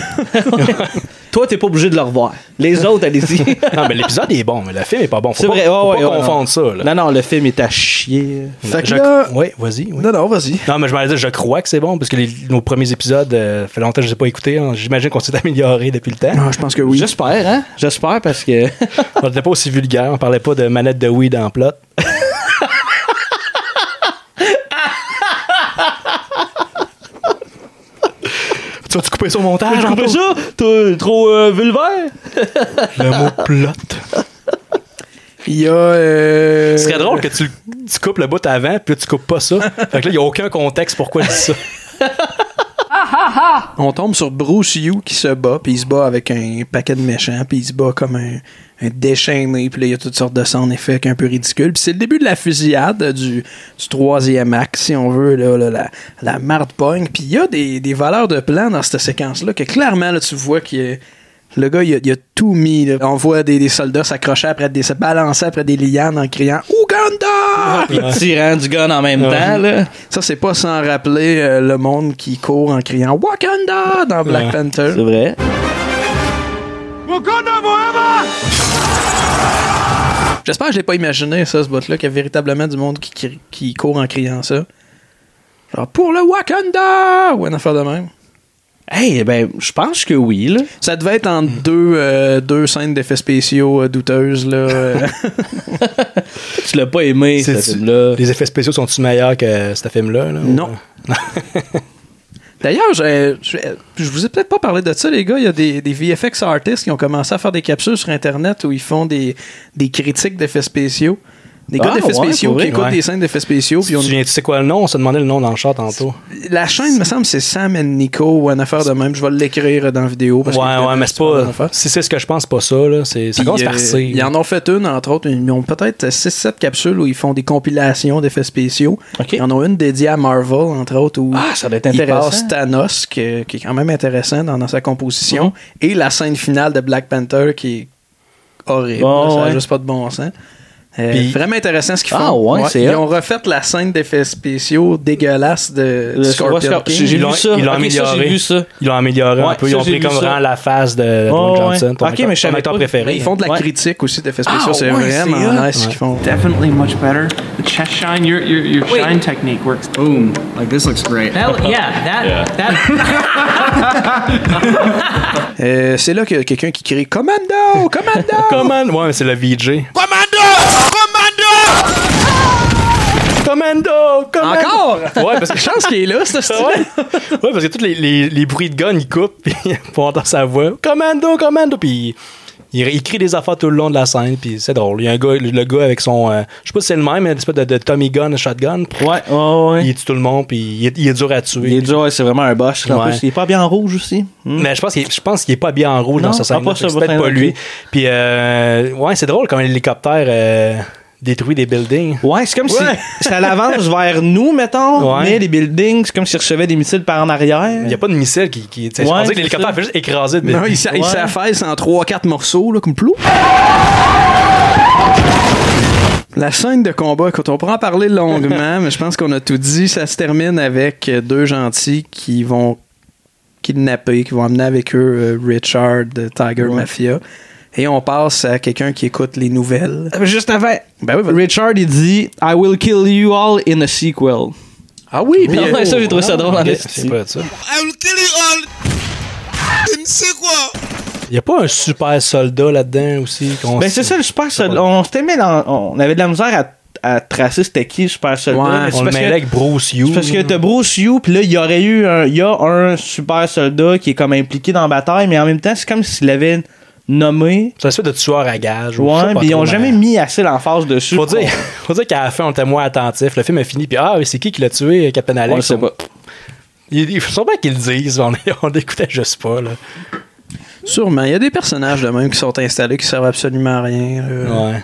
Toi, t'es pas obligé de le revoir. Les autres, allez-y.
non, mais l'épisode est bon, mais le film est pas bon. Faut
C'est
pas-
vrai, ouais,
faut
ouais,
pas
ouais,
confondre
non.
ça. là.
Non, non, le film est à chier.
Fait que
Je-
là-
Oui, vas-y. oui.
Non, non, vas-y.
Non, mais je m'allais dire, je crois que c'est bon, parce que les- nos premiers épisodes, euh, fait longtemps que je ne les ai pas écoutés. hein. J'imagine qu'on s'est amélioré depuis le temps.
Non, Ah, je pense que oui.
J'espère, hein? J'espère parce que.
on n'était pas aussi vulgaire, on parlait pas de manette de weed en plot. tu vas-tu couper ça au montage?
J'ai coupé
Anto?
ça? T'es trop euh, vulvaire?
Le mot plot.
Il y a. euh,
Ce serait drôle que tu, le- tu coupes le bout avant, puis là, tu coupes pas ça. Fait que là, il n'y a aucun contexte pourquoi je dis ça.
On tombe sur Bruce Yu qui se bat, puis il se bat avec un paquet de méchants, puis il se bat comme un, un déchaîné, puis là, il y a toutes sortes de sons en effet un peu ridicules. Puis c'est le début de la fusillade euh, du, du troisième acte, si on veut, là, là, la, la marde pogne. Puis il y a des, des valeurs de plan dans cette séquence-là que clairement, là, tu vois qu'il y a- Le gars, il a, il a tout mis. là. On voit des, des soldats s'accrocher après des se balancer après des lianes en criant Ouganda!
Le tirant du gun en même temps, Ah, là.
Ça, c'est pas sans rappeler euh, le monde qui court en criant Wakanda dans Black
Ouais,
Panther.
C'est vrai.
J'espère que je l'ai pas imaginé, ça, ce bot-là, qu'il y a véritablement du monde qui, crie- qui court en criant ça. Genre, pour le Wakanda! Ou une affaire de même.
Hey, ben, je pense que oui, là.
Ça devait être en
Hmm.
deux, euh, deux scènes d'effets spéciaux euh, douteuses, là. euh.
Tu l'as pas aimé, ce
C'est-
film-là.
Les effets spéciaux sont-ils meilleurs que ce film-là? là, ou-
Non. D'ailleurs, je, je, je vous ai peut-être pas parlé de ça, les gars. Il y a des, des VFX artists qui ont commencé à faire des capsules sur Internet où ils font des, des critiques d'effets spéciaux. Des gars
Ah,
d'effets
ouais,
spéciaux
pour
qui
vrai?
écoutent
Ouais.
des scènes d'effets spéciaux. Puis
Tu
on-
te souviens, tu sais quoi le nom? On se demandait le nom dans le chat tantôt.
La chaîne, me semble, c'est Sam and Nico ou une affaire de même. Je vais l'écrire dans la vidéo.
Ouais,
Parce que
ouais, mais c'est
une bonne
pas.
affaire.
Si c'est ce que je pense, pas ça, là. C'est, ça
Puis,
commence
euh,
par C.
Ils en ont fait une, entre autres. Ils ont peut-être 6-7 capsules où ils font des compilations d'effets spéciaux. Ils en ont une dédiée à Marvel, entre autres, où
Ah, ça doit être
ils
intéressant.
passent Thanos, que- qui est quand même intéressant dans, dans sa composition, et la scène finale de Black Panther, qui est horrible.
Bon,
là, ça n'a
ouais.
juste pas de bon sens. Euh,
Puis-
Vraiment intéressant ce qu'ils font.
Ah ouais, c'est
Ils
hot.
ont refait la scène d'effets spéciaux dégueulasse de
Le
Scorpion
Scorpion.
King.
J'ai
Ils l'ont
vu ça.
ils
Ok,
l'ont
ça,
amélioré.
j'ai vu ça.
Ils l'ont amélioré
Ouais,
un peu. Ils
ça,
ont
j'ai
pris
vu
comme
ça.
vraiment la phase de Dwayne
Oh, ouais.
Johnson. ton
Ok,
acteur-
mais je
ton
savais
acteur
pas.
préféré.
Ils font de la critique aussi d'effets
Ah,
spéciaux. c'est vraiment nice ce qu'ils font.
Definitely much better. The chest shine, your your, your shine technique works. Boom! Like this looks great. yeah, that
Euh, c'est là qu'il y a quelqu'un qui crie Commando! Commando!
Commando! Ouais, mais c'est le VJ. Commando! Commando!
Encore?
Ouais, parce que
chance qu'il est là, ce style.
Ouais. Ouais, parce que tous les, les, les bruits de gun, ils coupent puis pour entendre sa voix. Commando, commando! Puis il, il crie des affaires tout le long de la scène, puis c'est drôle. Il y a un gars, le, le gars avec son. euh, je sais pas si c'est le même, mais une espèce de, de Tommy Gun, shotgun.
Ouais, ouais, ouais.
Il tue tout le monde, puis il est, il est dur à tuer.
Il est dur, ouais, c'est vraiment un boss. En
Ouais.
plus, il est pas bien en rouge aussi.
Mais je pense qu'il je pense qu'il est pas bien en rouge
Hmm. Non,
dans sa scène.
ah, pas
C'est
ça, pas
peut-être
ça,
pas
ok.
lui. Puis, euh, ouais, c'est drôle quand l'hélicoptère euh, détruit des buildings.
Ouais, c'est comme
Ouais.
si ça l'avance vers nous, mettons,
Ouais.
mais les buildings, c'est comme s'ils recevaient des missiles par en arrière. Il
n'y a pas de missile qui. qui tu sais, on dirait que l'hélicoptère fait juste écraser des
Non, il s'a- il s'affaisse en 3-4 morceaux, là, comme plou. La scène de combat, écoute, on pourra en parler longuement, mais je pense qu'on a tout dit. Ça se termine avec euh, deux gentils qui vont kidnapper, qui vont amener avec eux euh, Richard, de Tiger Mafia. Et on passe à quelqu'un qui écoute les nouvelles.
Ah, Juste avant,
Ben oui, vas-y.
Richard, il dit I will kill you all in a sequel.
Ah oui,
puis
puis-
ça, j'ai trouvé ça drôle en
Ok,
esti.
c'est pas ça.
I will kill you all. In sequel.
Il n'y a pas un super soldat là-dedans aussi. qu'on
Ben,
s-
c'est ça le super soldat. On s'était mis dans- On avait de la misère à, à tracer c'était qui le super soldat.
Ouais,
mais c'est
on le
parce
mêlait
que-
avec Bruce Hughes.
c'est Parce que t'as Bruce Hugh, puis là, il y aurait eu un, il y a un super soldat qui est comme impliqué dans la bataille, mais en même temps, c'est comme s'il avait nommé.
C'est une espèce de tueur à gage.
Ouais, puis ils ont jamais mis assez l'emphase dessus.
Faut dire, faut dire qu'à la fin, on était moins attentif. Le film est fini, puis ah, oui, c'est qui qui l'a tué, Captain Alex
On le sait pas.
Il, il faut sûrement qu'ils le disent, on, on l'écoutait juste pas. Là.
Sûrement. Il y a des personnages de même qui sont installés qui servent absolument à rien. euh.
Ouais.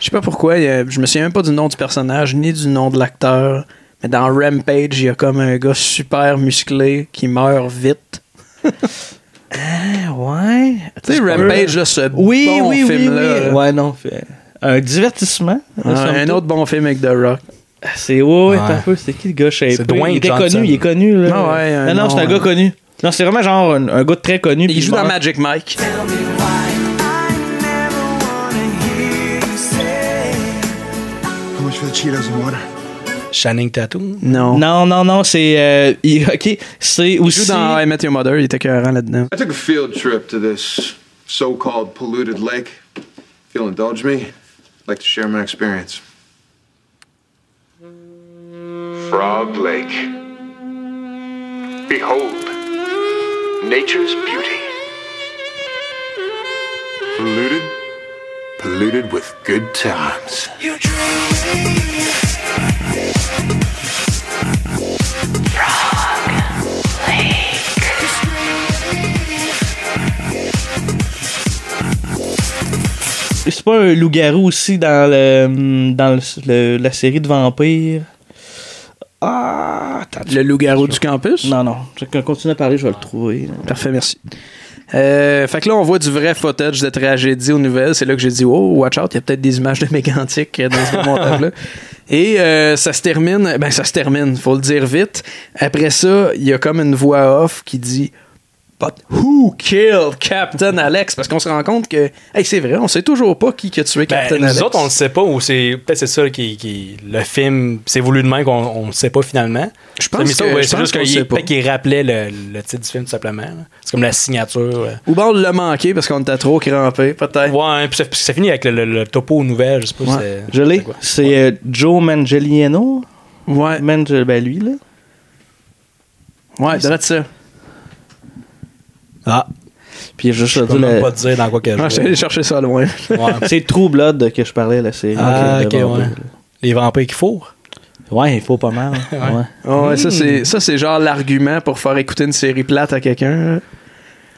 Je sais pas pourquoi. il y a- je me souviens même pas du nom du personnage ni du nom de l'acteur. Mais dans Rampage, il y a comme un gars super musclé qui meurt vite.
Ah, ouais.
Tu sais, Rampage, là, ce
Oui,
bon
oui, oui,
film-là.
oui.
là.
Ouais, non. fait- Un divertissement.
Un-
somme
un
toute.
autre bon film avec The Rock.
Ah, C'est ouais, ouais,
Ouais.
attends un peu, c'est qui le gars shapé?
C'est Dwayne
Il était
Johnson.
connu, il est connu là.
Ah ouais, un
non, non,
nom,
c'est un
hein.
gars connu. Non, c'est vraiment genre un, un gars très connu.
Il joue dans Magic Mike.
How much for the Cheetos and water?
Shining Tattoo.
Non.
Non, non, non, c'est euh, il- OK, c'est
Il
aussi
joue dans I Met Your Mother, il était cohérent là-dedans.
I took a field trip to this so called polluted lake. If you'll indulge me, I'd like to share my experience.
Frog Lake. Behold, nature's beauty. Polluted, polluted with good times.
c'est pas un loup-garou aussi dans le hum, dans le- le- la série de vampires. Ah, attends.
Le loup-garou du campus?
Non, non. Je vais continuer à parler, je vais le trouver.
Parfait, merci. Euh, fait que là, on voit du vrai footage de tragédie aux nouvelles. C'est là que j'ai dit, oh, watch out, il y a peut-être des images de mégantique euh, dans ce montage-là. Et euh, ça se termine, ben ça se termine, faut le dire vite. Après ça, il y a comme une voix off qui dit, But who killed Captain Alex? Parce qu'on se rend compte que, hey, c'est vrai, on sait toujours pas qui qui a tué Captain
Ben, nous
Alex.
autres, on le sait pas, ou c'est peut-être c'est ça qui, qui- le film s'est voulu de même qu'on on le sait pas finalement. Je
pense que- je
c'est
pense
juste
qu'on le
qu'il
sait pas.
peut-être qu'il rappelait le, le titre du film tout simplement. là. C'est comme la signature. ouais.
Ou bien on l'a manqué parce qu'on était trop crampé, peut-être.
Ouais, puis ça, puis ça finit avec le, le- le topo aux nouvelles, je sais pas. si
Ouais.
c'est-
Je l'ai. C'est euh, Joe Manganiello.
Ouais.
ben lui là.
Ouais, de ça.
Ah.
Puis juste
Je peux même pas te dire dans quoi que je
Ah,
vais.
je suis allé chercher ça loin.
Ouais.
C'est True Blood que je parlais, la série.
Ah,
de
ok,
vampires,
ouais.
là.
Les vampires qui fourrent.
Ouais, il faut pas mal. hein. ouais.
Hmm. Ah ouais, ça c'est ça c'est genre l'argument pour faire écouter une série plate à quelqu'un.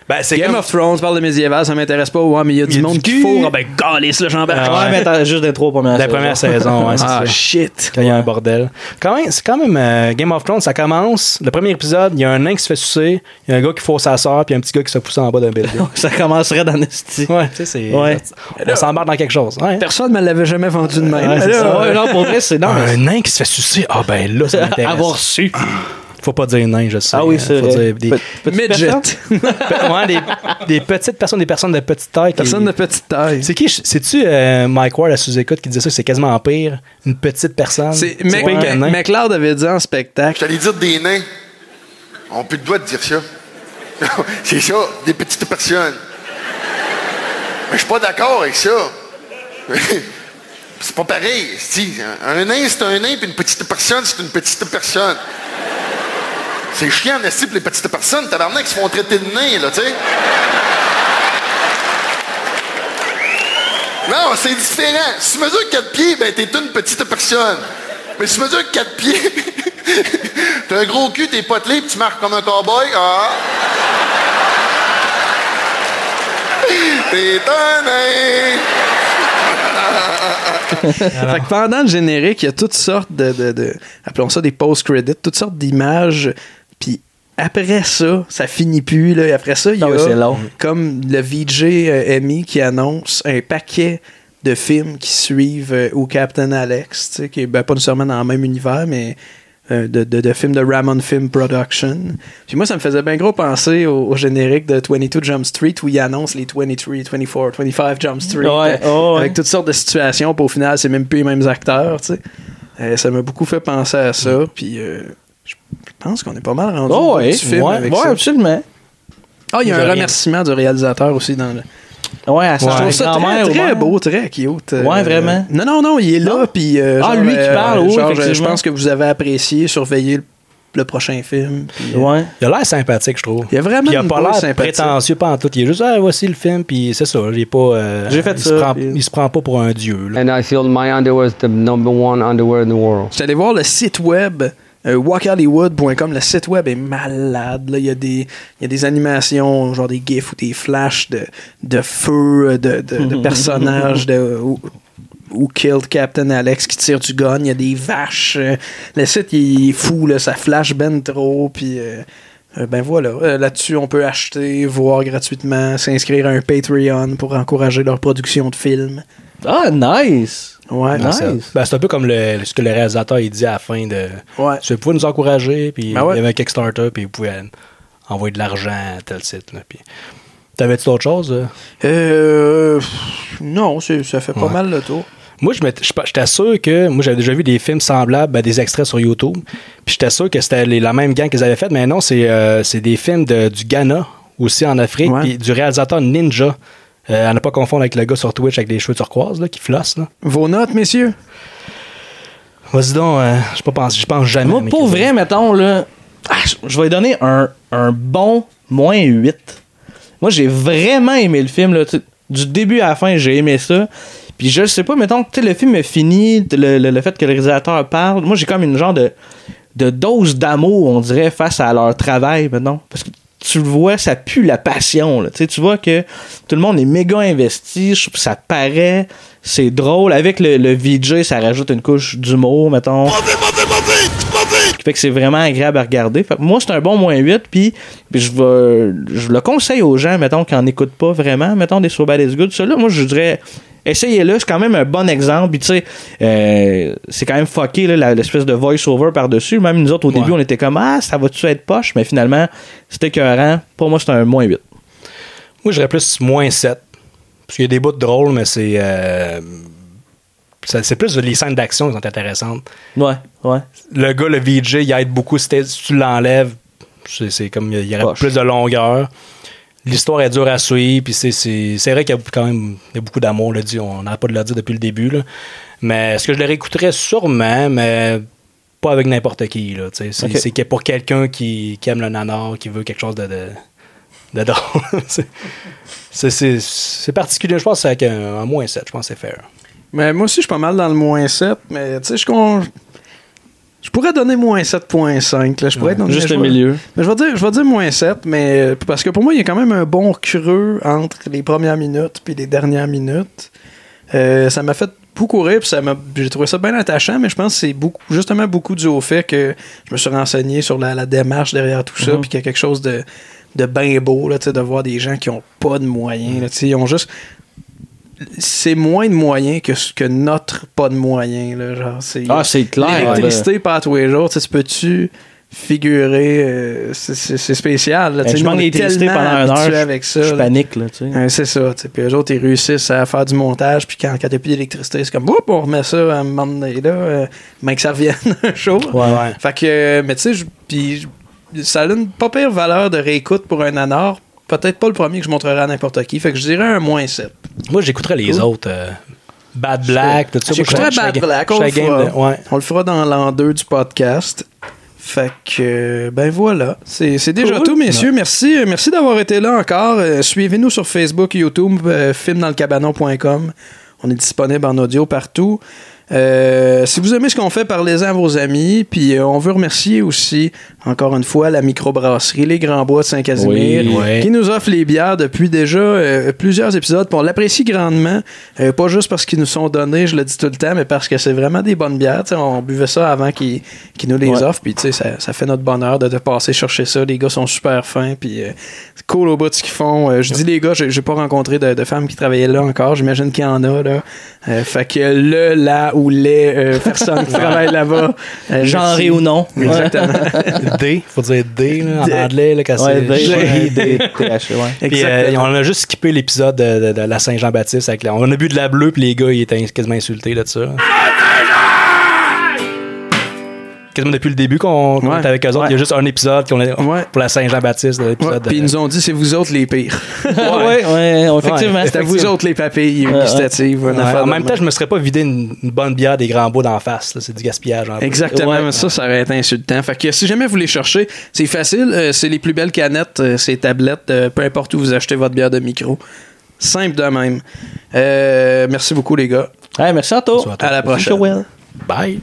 Ben, c'est
Game
comme-
of Thrones, parle de médiéval, ça m'intéresse pas. Ouais, mais il y a du monde qui fourre. Ah, ben, galisse, le j'embarque.
Ouais, mais t'as juste des trois premières
La
saisons.
première saison, ouais, c'est
Ah,
ça. shit! Quand il y a un bordel. Quand même, c'est quand même euh, Game of Thrones, ça commence. Le premier épisode, il y a un nain qui se fait sucer, il y a un gars qui fourre sa soeur, puis un petit gars qui se pousse en bas d'un building.
ça commencerait dans Nestie.
Ouais, tu sais, c'est.
Ouais.
On s'embarque dans quelque chose. Ouais.
Personne ne me l'avait jamais vendu de même.
Ouais, c'est
Là,
ça.
ouais,
non, pour vrai, c'est- non, mais-
Un nain qui se fait sucer, ah ben là, ça m'intéresse.
Avoir su.
Faut pas dire nain, je sais. hein.
Ah oui, c'est
Faut
vrai.
dire des...
Midget.
Pe- ouais, des, des petites personnes, des personnes de petite taille.
Personne de
petite taille. C'est qui C'est-tu euh, Mike Ward à sous-écoute qui disait ça que c'est quasiment pire Une petite personne
C'est
pire
Mac-
qu'un nain.
McLeod avait dit en spectacle.
Je t'allais dire des nains. On peut de doigt de dire ça. C'est ça, des petites personnes. Mais je suis pas d'accord avec ça. C'est pas pareil. esti. Un nain, c'est un nain, puis une petite personne, c'est une petite personne. C'est chiant, Nasty, pour les petites personnes. Tabarnak, qui se font traiter de nains, là, tu sais. Non, c'est différent. Si tu mesures 4 pieds, ben t'es une petite personne. Mais si tu mesures 4 pieds, t'as un gros cul, t'es potelé, puis tu marches comme un cowboy. Ah. T'es un nain.
fait que pendant le générique, il y a toutes sortes de, de- de- appelons ça des post-credits, toutes sortes d'images. Puis après ça, ça finit plus. Là, et après ça, il y a
Ah oui, c'est long.
comme le VJ euh, Emmy qui annonce un paquet de films qui suivent euh, au Captain Alex, tu sais, qui est ben, pas nécessairement dans le même univers, mais euh, de, de- de films de Ramon Film Production. Puis moi, ça me faisait bien gros penser au, au générique de 22 Jump Street où il annonce les 23, 24, 25 Jump Street.
Ouais,
euh,
Oh, ouais, ouais.
avec toutes sortes de situations, puis au final, c'est même plus les mêmes acteurs, tu sais. Euh, ça m'a beaucoup fait penser à ça, puis euh, je je pense qu'on est pas mal rendu
Mm. Oh,
au bout
ouais,
du film
ouais,
avec
ouais,
ça.
absolument.
Ah, il y a un
De rien. Ah,
remerciement du réalisateur aussi dans le...
Ouais, à
Je trouve ça très,
grand-mère, au
très
moins.
beau, très cute. euh,
Ouais, vraiment.
Non, non, non, il est là, puis... euh,
Ah,
genre,
lui qui
euh,
parle, oui,
genre, je- Je
effectivement.
pense que vous avez apprécié, surveillé le, le prochain film. puis, euh,
Ouais.
Il a l'air sympathique, je trouve.
Ah, Il a vraiment
Puis il a
une
pas
boule
l'air
sympathique.
prétentieux pas en tout. Il est juste, ah, voici le film, puis c'est ça. Il est pas. euh,
J'ai fait
il
ça,
Se prend,
puis-
Il se prend pas pour un dieu. là.
And I feel my underwear is the number one underwear in the world.
J'étais allé voir le site web euh, walkhollywood.com. Le site web est malade. là. Il, y a des, il y a des animations, genre des gifs ou des flashs de, de feu, de, de- de personnages, de ou, ou killed Captain Alex qui tire du gun. Il y a des vaches. euh. Le site, il est fou. là. Ça flash ben trop. Puis... euh, euh, ben voilà, Euh, là-dessus on peut acheter, voir gratuitement, s'inscrire à un Patreon pour encourager leur production de films.
Ah, nice!
Ouais,
Ben, ça- ben, c'est un peu comme le- ce que le réalisateur il dit à la fin de.
Ouais.
Tu pouvais nous encourager, puis
Ben ouais.
il y avait un Kickstarter, puis vous pouvez euh, envoyer de l'argent à tel site. Là, puis... T'avais-tu d'autres choses? euh?
Euh, pff, non, c'est- ça fait pas
Ouais.
mal le tour.
Moi, je m'étais- je pas- j'étais sûr que. Moi, j'avais déjà vu des films semblables, à des extraits sur YouTube. Puis j'étais sûr que c'était les- la même gang qu'ils avaient faite. Mais non, c'est euh, c'est des films de- du Ghana, aussi en Afrique, puis du réalisateur Ninja. Euh, à ne pas confondre avec le gars sur Twitch avec des cheveux turquoise là, qui flosse. Là.
Vos notes, messieurs?
Vas-y donc, euh, je pas pense, je pense jamais.
Moi,
mais-
pour vrai, mettons, là, ah, je- je vais lui donner un, un bon moins 8. Moi, j'ai vraiment aimé le film. Là, tu sais, du début à la fin, j'ai aimé ça. Puis je sais pas, mettons, tu sais, le film est fini, le, le- le fait que le réalisateur parle. Moi, j'ai comme une genre de, de dose d'amour, on dirait, face à leur travail, maintenant. Parce que tu le vois, ça pue la passion. Là. Tu sais, tu vois que tout le monde est méga investi, je- ça paraît, c'est drôle. Avec le, le VJ, ça rajoute une couche d'humour, mettons qui fait que c'est vraiment agréable à regarder. Fait que moi, c'est un bon moins 8, puis puis je vais- je le conseille aux gens, mettons, qui n'en écoutent pas vraiment, mettons, des So Bad It's Good. Celui-là, moi, je dirais, essayez-le, c'est quand même un bon exemple. Puis, tu sais, euh, c'est quand même fucké, là, la- l'espèce de voice-over par-dessus. Même nous autres, au début, on était comme, ah, ça va-tu être poche? Mais finalement, c'était écœurant. Pour moi, c'est un moins 8.
Moi, j'aurais plus moins 7. Parce qu'il y a des bouts drôles, mais c'est. euh, ça- c'est plus les scènes d'action qui sont intéressantes.
Ouais, ouais.
Le gars, le VJ, il aide beaucoup. Si, t'es- si tu l'enlèves, c'est c'est comme il y aurait plus de longueur. L'histoire est dure à suivre, puis c'est- c'est c'est vrai qu'il y a quand même il y a beaucoup d'amour, on l'a dit, on n'arrête pas de le dire depuis le début. là. Mais est-ce que je le réécouterais sûrement, mais pas avec n'importe qui. là, tu sais. C'est
Ok.
c'est que pour quelqu'un qui, qui aime le nanar, qui veut quelque chose de, de, de drôle. c'est- c'est- C'est c'est particulier, je pense, que c'est avec un, un moins
Ben,
7, je pense que c'est fair.
Mais moi aussi, je suis pas mal dans le moins 7, mais tu sais, je con- je Je pourrais donner moins 7.5. là. Je pourrais
Ouais,
donner-
juste
je
le
vais-
milieu.
Mais je vais dire, je vais dire moins 7, mais euh, parce que pour moi, il y a quand même un bon creux entre les premières minutes puis les dernières minutes. Euh, ça m'a fait beaucoup rire, puis ça m'a- j'ai trouvé ça bien attachant, mais je pense que c'est beaucoup, justement beaucoup dû au fait que je me suis renseigné sur la, la démarche derrière tout ça,
Mhm.
puis qu'il y a quelque chose de, de bien beau, là, tu sais, de voir des gens qui ont pas de moyens, là, tu sais, ils ont juste c'est moins de moyens que, ce- que notre pas de moyens. Là, genre, c'est,
Ah, c'est clair,
L'électricité, pas à tous les jours. Tu sais, tu peux-tu figurer. euh, c'est, c'est- c'est spécial. Là, tu sais,
Eh, Ben, je
nous,
manque
on est
d'électricité
tellement
pendant un
habitués
heure. je-
avec ça.
Je
là.
panique, là, tu sais.
Ouais, c'est ça. tu sais. Puis eux autres, ils réussissent à faire du montage. Puis quand il n'y a plus d'électricité, c'est comme, oups, on remet ça à un moment donné, là, euh, mais que ça revienne un jour. Fait que, euh, mais tu sais, je- puis je- ça a une pas pire valeur de réécoute pour un anor. Peut-être pas le premier que je montrerai à n'importe qui. Fait que je dirais un moins 7.
Moi, j'écouterais les
Cool.
autres. euh, Bad Black, tout ça. Moi,
J'écouterais
je serais-
Bad
je serais-
Black,
je
on
serais
le
game
fera.
de- ouais.
On le fera dans l'an 2 du podcast. Fait que, euh, ben voilà, c'est c'est déjà
Cool.
tout, messieurs.
Ouais.
Merci, euh, merci d'avoir été là encore. Euh, Suivez-nous sur Facebook, YouTube, euh, filmdanslecabanon.com. On est disponible en audio partout. Euh, si vous aimez ce qu'on fait, parlez-en à vos amis. Puis euh, on veut remercier aussi, encore une fois, la microbrasserie Les Grands Bois de Saint-Casimir,
Oui, ouais.
qui nous offre les bières depuis déjà euh, plusieurs épisodes. Puis on l'apprécie grandement, Euh, pas juste parce qu'ils nous sont donnés, je le dis tout le temps, mais parce que c'est vraiment des bonnes bières. Tu sais, on buvait ça avant qu'ils qu'ils nous les
Ouais.
offrent. Puis tu sais, ça, ça fait notre bonheur de, de passer chercher ça. Les gars sont super fins. Puis euh, c'est cool au bout de ce qu'ils font. Euh, je dis les gars, j'ai j'ai pas rencontré de, de femmes qui travaillaient là encore. J'imagine qu'il y en a. Là. Euh, fait que le, la ou les euh, personnes qui travaillent là-bas. euh,
Genré
merci.
ou non.
Exactement.
D, faut dire D là,
D.
en anglais, là, quand
Ouais,
c'est-
D, ouais, D, TH, E, ouais.
Puis euh,
Exactement.
on a juste skippé l'épisode de, de- de la Saint-Jean-Baptiste. avec la- On a bu de la bleue, puis les gars, ils étaient quasiment insultés de ça. Quasiment depuis le début qu'on qu'on
Ouais.
est avec eux autres, il y a juste un épisode qu'on a- pour la Saint-Jean-Baptiste. de
Ouais,
l'épisode de-
Puis ils nous ont dit, c'est vous autres les pires.
Ouais,
ouais,
effectivement.
C'était vous
Effectivement. Ah,
autres les papilles gustatives. une
Ouais,
affaire
en
de
même temps, je me serais pas vidé une, une bonne bière des grands beaux d'en face. là. C'est du gaspillage. un peu.
Exactement,
Ouais.
mais ça, ça aurait été insultant. Fait que si jamais vous les cherchez, c'est facile. euh, c'est les plus belles canettes, euh, c'est tablettes, euh, peu importe où vous achetez votre bière de micro. Simple de même. Euh, merci beaucoup, les gars.
Ouais, merci à toi.
À la prochaine.
Joël.
Bye.